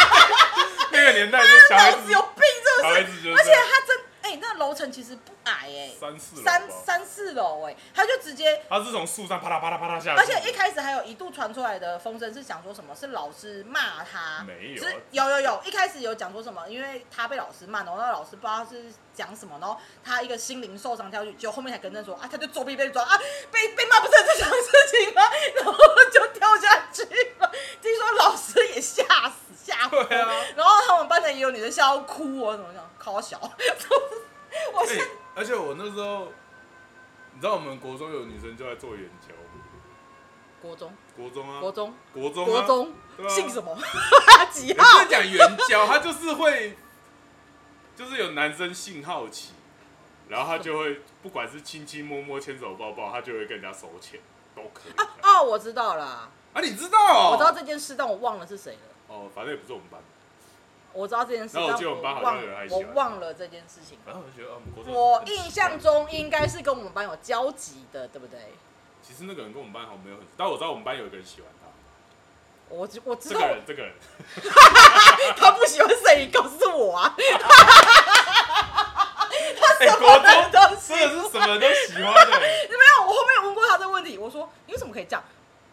S2: 那个年代，就小
S1: 脑
S2: 孩
S1: 子
S2: 子
S1: 有病，
S2: 小孩
S1: 是不
S2: 子
S1: 是？”
S2: 就是
S1: 而
S2: 这
S1: 且
S2: 样
S1: 他真，哎、哎、那楼层其实不矮哎、
S2: 三四楼
S1: 三
S2: 吧，
S1: 三四楼哎、他就直接，
S2: 他是从树上啪啦啪啦啪啦下来，
S1: 而且一开始还有一度传出来的风声是讲说什么是老师骂他，
S2: 没有啊
S1: 是有有有，一开始有讲说什么，因为他被老师骂，然后那老师不知道是讲什么，然后他一个心灵受伤跳下去，就后面才跟着说啊，他就作弊被抓啊，被被骂不是很正常的事情吗？ 然后就跳下去了，听说老师也吓死吓疯，
S2: 对啊
S1: 然后他们班的也有女生笑到哭哦，怎么讲，靠 小，我现
S2: 哎而且我那时候，你知道我们国中有女生就在做援交，
S1: 国中
S2: 国中啊，
S1: 国中。
S2: 国中、啊、
S1: 国中
S2: 对啊
S1: 姓什 么？几
S2: 你不
S1: 号？
S2: 是讲援交，他就是会，就是有男生性好奇，然后他就会不管是亲亲摸摸、牵手抱抱，他就会跟人家收钱，都可以。
S1: 啊哦，我知道啦，
S2: 啊，你知道、哦？
S1: 我知道这件事，但我忘了是谁了。
S2: 哦，反正也不是我们班，
S1: 我知道这件事，
S2: 那我
S1: 但
S2: 记得我们班好像
S1: 忘
S2: 有人还喜
S1: 我
S2: 欢他
S1: 忘了这件事情。
S2: 反正我就觉得，啊，我们国中
S1: 我印象，中应该是跟我们班有交集的，对不对？
S2: 其实那个人跟我们班好像没有很，但我知道我们班有一个人喜欢他，
S1: 我知我知
S2: 这
S1: 道
S2: 个人，这个人，
S1: 他 不喜欢谁，告诉我啊！
S2: 哎、
S1: 什么
S2: 国中
S1: 都喜
S2: 真的是什么人都喜欢欸的、
S1: 没有，我后面有问过他这个问题，我说你为什么可以这样？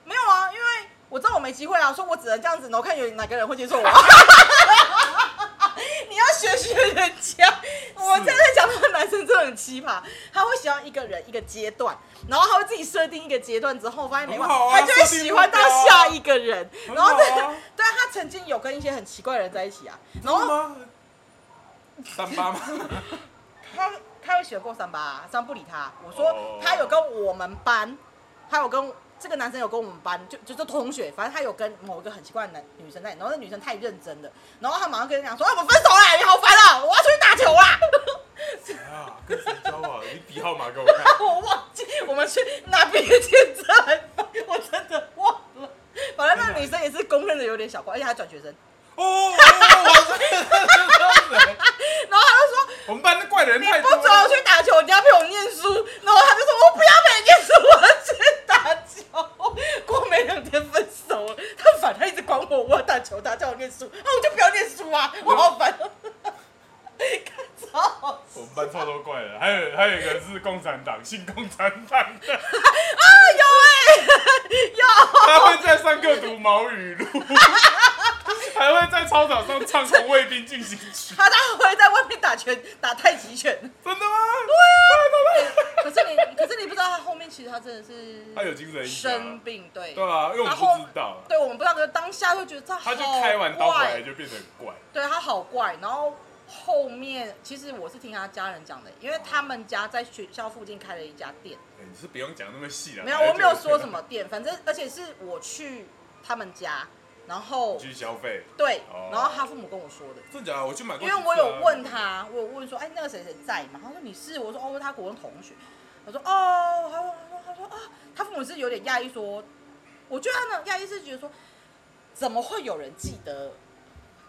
S1: 没有啊，因为我知道我没机会啊，说我只能这样子，然后看有哪个人会接受我、啊。 你要学学人家，我真的讲那个男生真的很奇葩，他会喜欢一个人一个阶段，然后他会自己设定一个阶段之后，发现没办
S2: 很好
S1: 法，
S2: 啊
S1: 他就会喜欢到下一个人，
S2: 很
S1: 然
S2: 好
S1: 后
S2: 啊
S1: 这个对啊他曾经有跟一些很奇怪的人在一起啊，然后
S2: 吗？三八 吗？
S1: 他他有喜欢过三八、啊，三不理他。我说
S2: 哦
S1: 他有跟我们班，他有跟这个男生有跟我们班，就就是同学，反正他有跟某一个很奇怪的男女生在，然后那女生太认真了，然后他马上跟人讲说：“啊，我们分手啦，你好烦啊，我要出去打球啦。
S2: 啊，跟谁交往？你比号码给我看。”
S1: 我忘记我们去哪边见证，我真的忘了。反正那女生也是公认的有点小怪，而且她转学生，
S2: 哦，我真的是
S1: 然后他就说。
S2: 我们班的怪人
S1: 你
S2: 太
S1: 不
S2: 多
S1: 准我
S2: 了。
S1: 去打球，你要陪我念书。然后他就说：“我不要陪你念书，我要去打球。”过没两天分手了，他很烦，他一直管我，我要打球，他叫我念书，啊，我就不要念书 啊，我好烦。 看超好
S2: 我们班超多怪人，还有还有一个是共产党，信共产党的，
S1: 笑，
S2: 他会在上课读毛语录，还会在操场上唱《红卫兵进行曲》。
S1: 他待会在外面打拳，打太极拳。
S2: 真的吗？对啊，
S1: 可是你，可是你不知道他后面其实他真的是
S2: 他有精神
S1: 生
S2: 影响。
S1: 病，对
S2: 对啊，因为我
S1: 他
S2: 们
S1: 后
S2: 不知道，
S1: 对，我们不知道，可是当下就觉得他
S2: 他就
S1: 好
S2: 开完刀回
S1: 怪
S2: 来就变得很怪。
S1: 对他好怪，然后后面其实我是听他家人讲的，因为他们家在学校附近开了一家店，
S2: 哎你是不用讲那么细了。
S1: 没有我没有说什么店，反正而且是我去他们家，然后
S2: 去消费。
S1: 对
S2: 哦，
S1: 然后他父母跟我说的。
S2: 真假的？我去买过
S1: 因
S2: 几
S1: 为
S2: 次
S1: 我
S2: 啊、
S1: 有问他，我有问说，哎，那个谁谁在吗？他说你是，我说哦，他国中同学。我说哦，他说他说他说啊，他父母是有点讶异，说，我觉得他呢讶异是觉得说，怎么会有人记得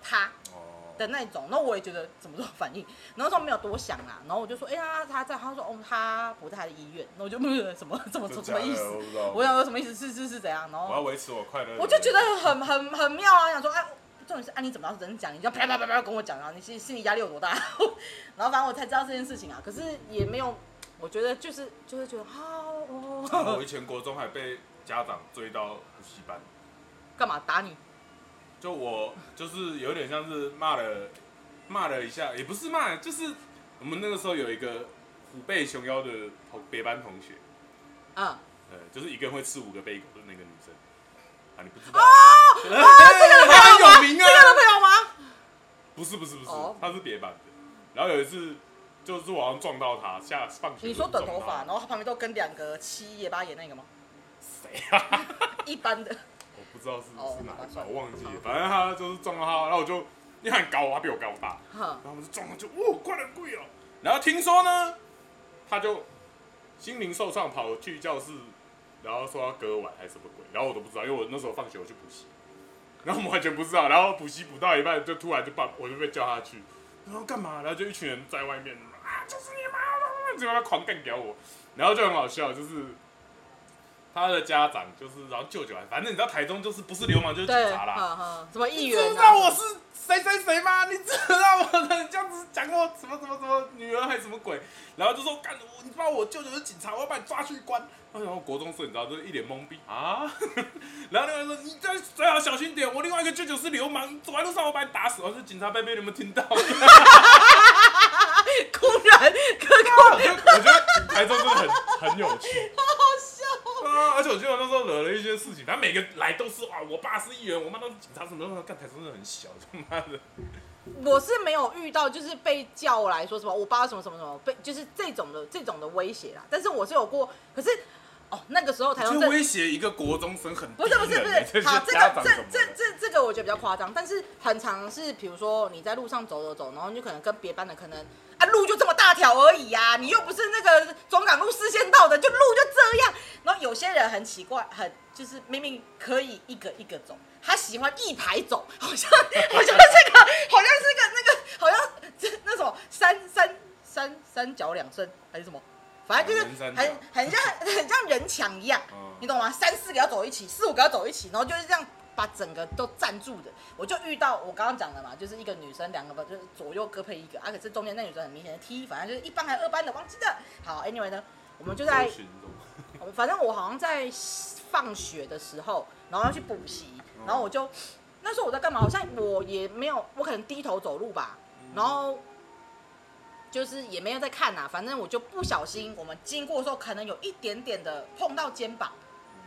S1: 他？
S2: 哦，
S1: 的那种，那我也觉得怎么做反应，然后说没有多想啦，然后我就说，哎、呀，他在，他说哦，他不在他的医院，那我就嗯，什么什么
S2: 真
S1: 什
S2: 假的
S1: 么意 思？
S2: 我不知道。
S1: 我想说什么意思？是是是怎样？然
S2: 我要
S1: 后
S2: 维持我快乐。
S1: 我就觉得很很很妙啊，想说，哎、重点是，哎、你怎么知道是真的假的？你就啪啪啪啪跟我讲啊，你心心理压力有多大？ 然后反正我才知道这件事情啊，可是也没有，我觉得就是就是觉得啊，
S2: 啊。我
S1: 哦，
S2: 以前国中还被家长追到补习班，
S1: 干嘛打你？
S2: 就我就是有点像是骂了骂了一下，也不是骂，就是我们那个时候有一个虎背熊腰的同别班同学，
S1: 嗯，
S2: 呃，就是一个人会吃五个贝果的那个女生啊，你不
S1: 哦
S2: 知道？
S1: 朋友
S2: 这个
S1: 吗
S2: 很有名啊，
S1: 这个朋友吗？
S2: 不是不是不是
S1: 哦，
S2: 他是别班的。然后有一次，就是我好像撞到他，下放学。
S1: 你说短头发，然？后他旁边都跟两个七爷八爷那个吗？
S2: 谁啊？
S1: 一般的。
S2: 我不知道是
S1: 哦
S2: 是哪一
S1: 算
S2: 个，
S1: 了
S2: 我忘记了
S1: 好。
S2: 反正他就是撞到他，然后我就因为他很高，他比我高大，
S1: 哼
S2: 然后我们就撞上去，哇，怪人贵哦。然后听说呢，他就心灵受创，跑去教室，然后说要割腕还是什么鬼，然后我都不知道，因为我那时候放学我去补习，然后我们完全不知道，然后补习补到一半就突然就把我就被叫下去，然后干嘛？然后就一群人在外面啊，就是你妈，结果他狂干掉我，然后就很好笑，就是。他的家长就是，然后舅舅还，反正你知道台中就是不是流氓就是警
S1: 对，
S2: 察啦。
S1: 嗯嗯，什么议
S2: 你
S1: 员、啊？
S2: 知道我是谁谁谁吗？你知道我的？你这样子讲我什么什么什么女儿还是什么鬼？然后就说干我，你知道我舅舅是警察，我要把你抓去关。然后国中生你知道就是一脸懵逼啊， 然后另外一个说你这最好小心点，我另外一个舅舅是流氓，走在路上我把你打死。我说警察贝贝，你有没有 听到？
S1: 公然
S2: 我觉得我觉得台中真的很很有趣，好笑 啊！而且我记得我那时候惹了一些事情，他每个来都是哇，我爸是议员，我妈当警察什么的，干台中真的很小，他妈的，
S1: 我是没有遇到，就是被叫来说什么我爸什么什么什么被，就是这种的这种的威胁啦。但是我是有过，可是哦，那个时候台中
S2: 就
S1: 正
S2: 威胁一个国中生很低
S1: 不是不是
S2: 能
S1: 不
S2: 欸这
S1: 是，好，这
S2: 家
S1: 个
S2: 长
S1: 这
S2: 什么
S1: 这
S2: 的
S1: 这这个我觉得比较夸张，但是很常是，比如说你在路上走走走，然后你就可能跟别班的可能啊路就这么大条而已啊，你又不是那个中港路四线道的，就路就这样。然后有些人很奇怪，很就是明明可以一个一个走，他喜欢一排走，好像好像是个好像是个那个好像这那种三三三三角两身还是什么，反正就是
S2: 啊人三角
S1: 很很像很像人墙一样。
S2: 嗯
S1: 你懂吗？三四个要走一起，四五个要走一起，然后就是这样把整个都占住的。我就遇到我刚刚讲的嘛，就是一个女生两个吧，就是左右各配一个啊。可是中间那女生很明显的 T，反正就是一班还是二班的，忘记了。好，anyway 呢，我们就在
S2: 搜，寻中
S1: 反正我好像在放学的时候，然后要去补习，
S2: 哦
S1: 然后我就那时候我在干嘛？好像我也没有，我可能低头走路吧，
S2: 嗯
S1: 然后就是也没有在看呐、啊反正我就不小心，我们经过的时候可能有一点点的碰到肩膀，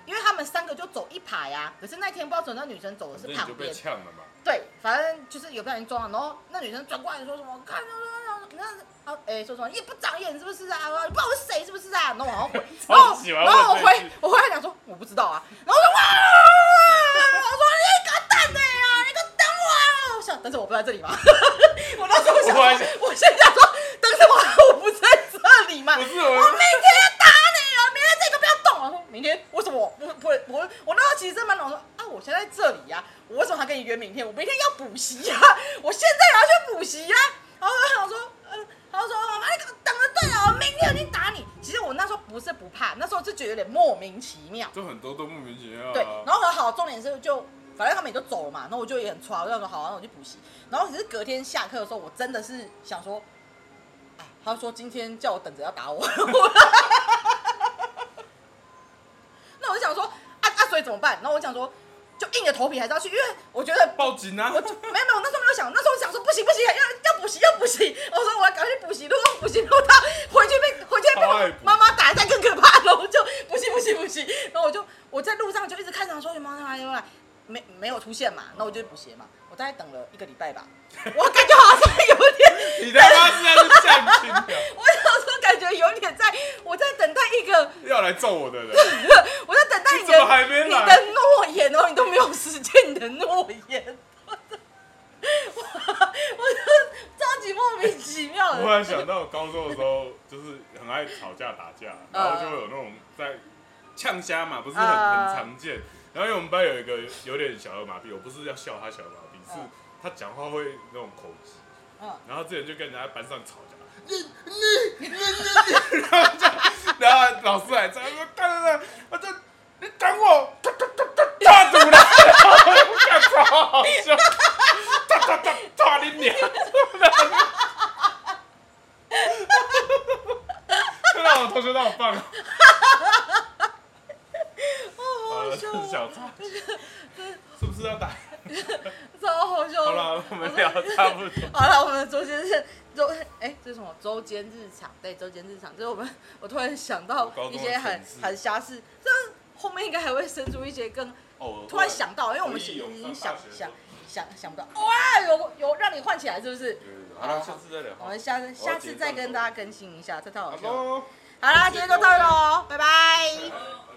S1: 因为他们三个就走一排啊。可是那天不知道怎么，那女生走的
S2: 反
S1: 是
S2: 正你
S1: 旁
S2: 就被
S1: 边，
S2: 呛了嘛，
S1: 对，反正就是有不小心撞到，然后哦那女生转过来说什么，看，那那啊，哎、说什么也不长眼是不是啊？你不知道我是谁是不是啊？然后我好像 回，然后
S2: 超喜欢
S1: 然后我
S2: 问这一
S1: 回
S2: 句
S1: 我回来讲说我不知道啊，然后我说哇，我说哎你个蛋的呀，你个等我啊！我想，但是我不在这里吗？ 我那时候想
S2: 我还
S1: 说
S2: 想，
S1: 我现在想说，等什么？我不在这里吗？
S2: 不是
S1: 我明
S2: 我
S1: 天要打你啊！明天这个不要动啊！我说明天为什么我不不会我我那时候其实真蛮恼，我说啊，我现在在这里呀、我为什么还跟你约明天？我明天要补习呀、我现在也要去补习呀、然后他说，嗯、呃，他说妈妈你等着对啊，我明天一定打你。其实我那时候不是不怕，那时候就觉得有点莫名其妙。
S2: 就很多都莫名其妙啊。
S1: 对，然后很好，重点是就反正他们也就走了嘛，然后我就也很抓，我就想说好、啊，那我去补习。然后只是隔天下课的时候，我真的是想说，啊，他说今天叫我等着要打我， 那我就想说啊啊，所以怎么办？然后我想说，就硬着头皮还是要去，因为我觉得
S2: 报警啊
S1: 我！就没有没有，我那时候没有想，那时候想说不行不行，要要补习要补习，我说我要赶快去补习，如果不补习，如果他回去被回去被
S2: 超爱
S1: 我
S2: 补
S1: 妈妈打一下更可怕，然后我就不行不行不行，然后我就我在路上就一直看着说有没有来有没有来，没没有出现嘛，那我就去补习嘛，我大概等了一个礼拜吧，我感觉好像有点，
S2: 你他妈是在这呛啊亲的，
S1: 我想说感觉有点在我在等待一个，
S2: 要来揍我 的人，
S1: 我在等待你
S2: 你
S1: 的
S2: 怎么还没
S1: 你
S2: 来
S1: 的诺言哦，你都没有实现你的诺言， 我我就超级莫名其妙的。
S2: 我突然想到高中的时候，就是很爱吵架打架，然后就会有那种在呛虾嘛，不是很
S1: 嗯
S2: 很常见。然后因为我们班有一个有点小儿麻痹，我不是要笑他小儿麻痹，是
S1: 嗯
S2: 他讲话会那种口疾。
S1: 嗯
S2: 然后之前就跟人家班上吵架，你你你你你，然后就然后老师还在说干了，干我就你赶我，他他他他他怎么了？我感觉好好笑，他他他他你娘！看到我同学让我放，好
S1: 哦，好
S2: 了，
S1: 笑
S2: 这是
S1: 哦，
S2: 小插曲， 是不是要打？
S1: 超好笑。
S2: 好了，我们聊得差 不多。
S1: 好了，我们的周间日周哎，这是什么？周间日常，对，周间日常，就是我们我突然想到
S2: 我高中
S1: 一
S2: 的
S1: 些很
S2: 蠢事
S1: 很瞎事，就是后面应该还会生出一些更
S2: 哦，
S1: 突然想到，因为我们
S2: 回忆
S1: 已经
S2: 涌上大
S1: 想
S2: 学的时
S1: 想
S2: 候
S1: 想想不到，哇，有有让你唤起来是不是？
S2: 好了，下次再聊。
S1: 我们下次下次再跟大家更新一下，这太好笑了。
S2: Hello。
S1: 好啦，今天就到这喽，拜拜。
S2: 拜拜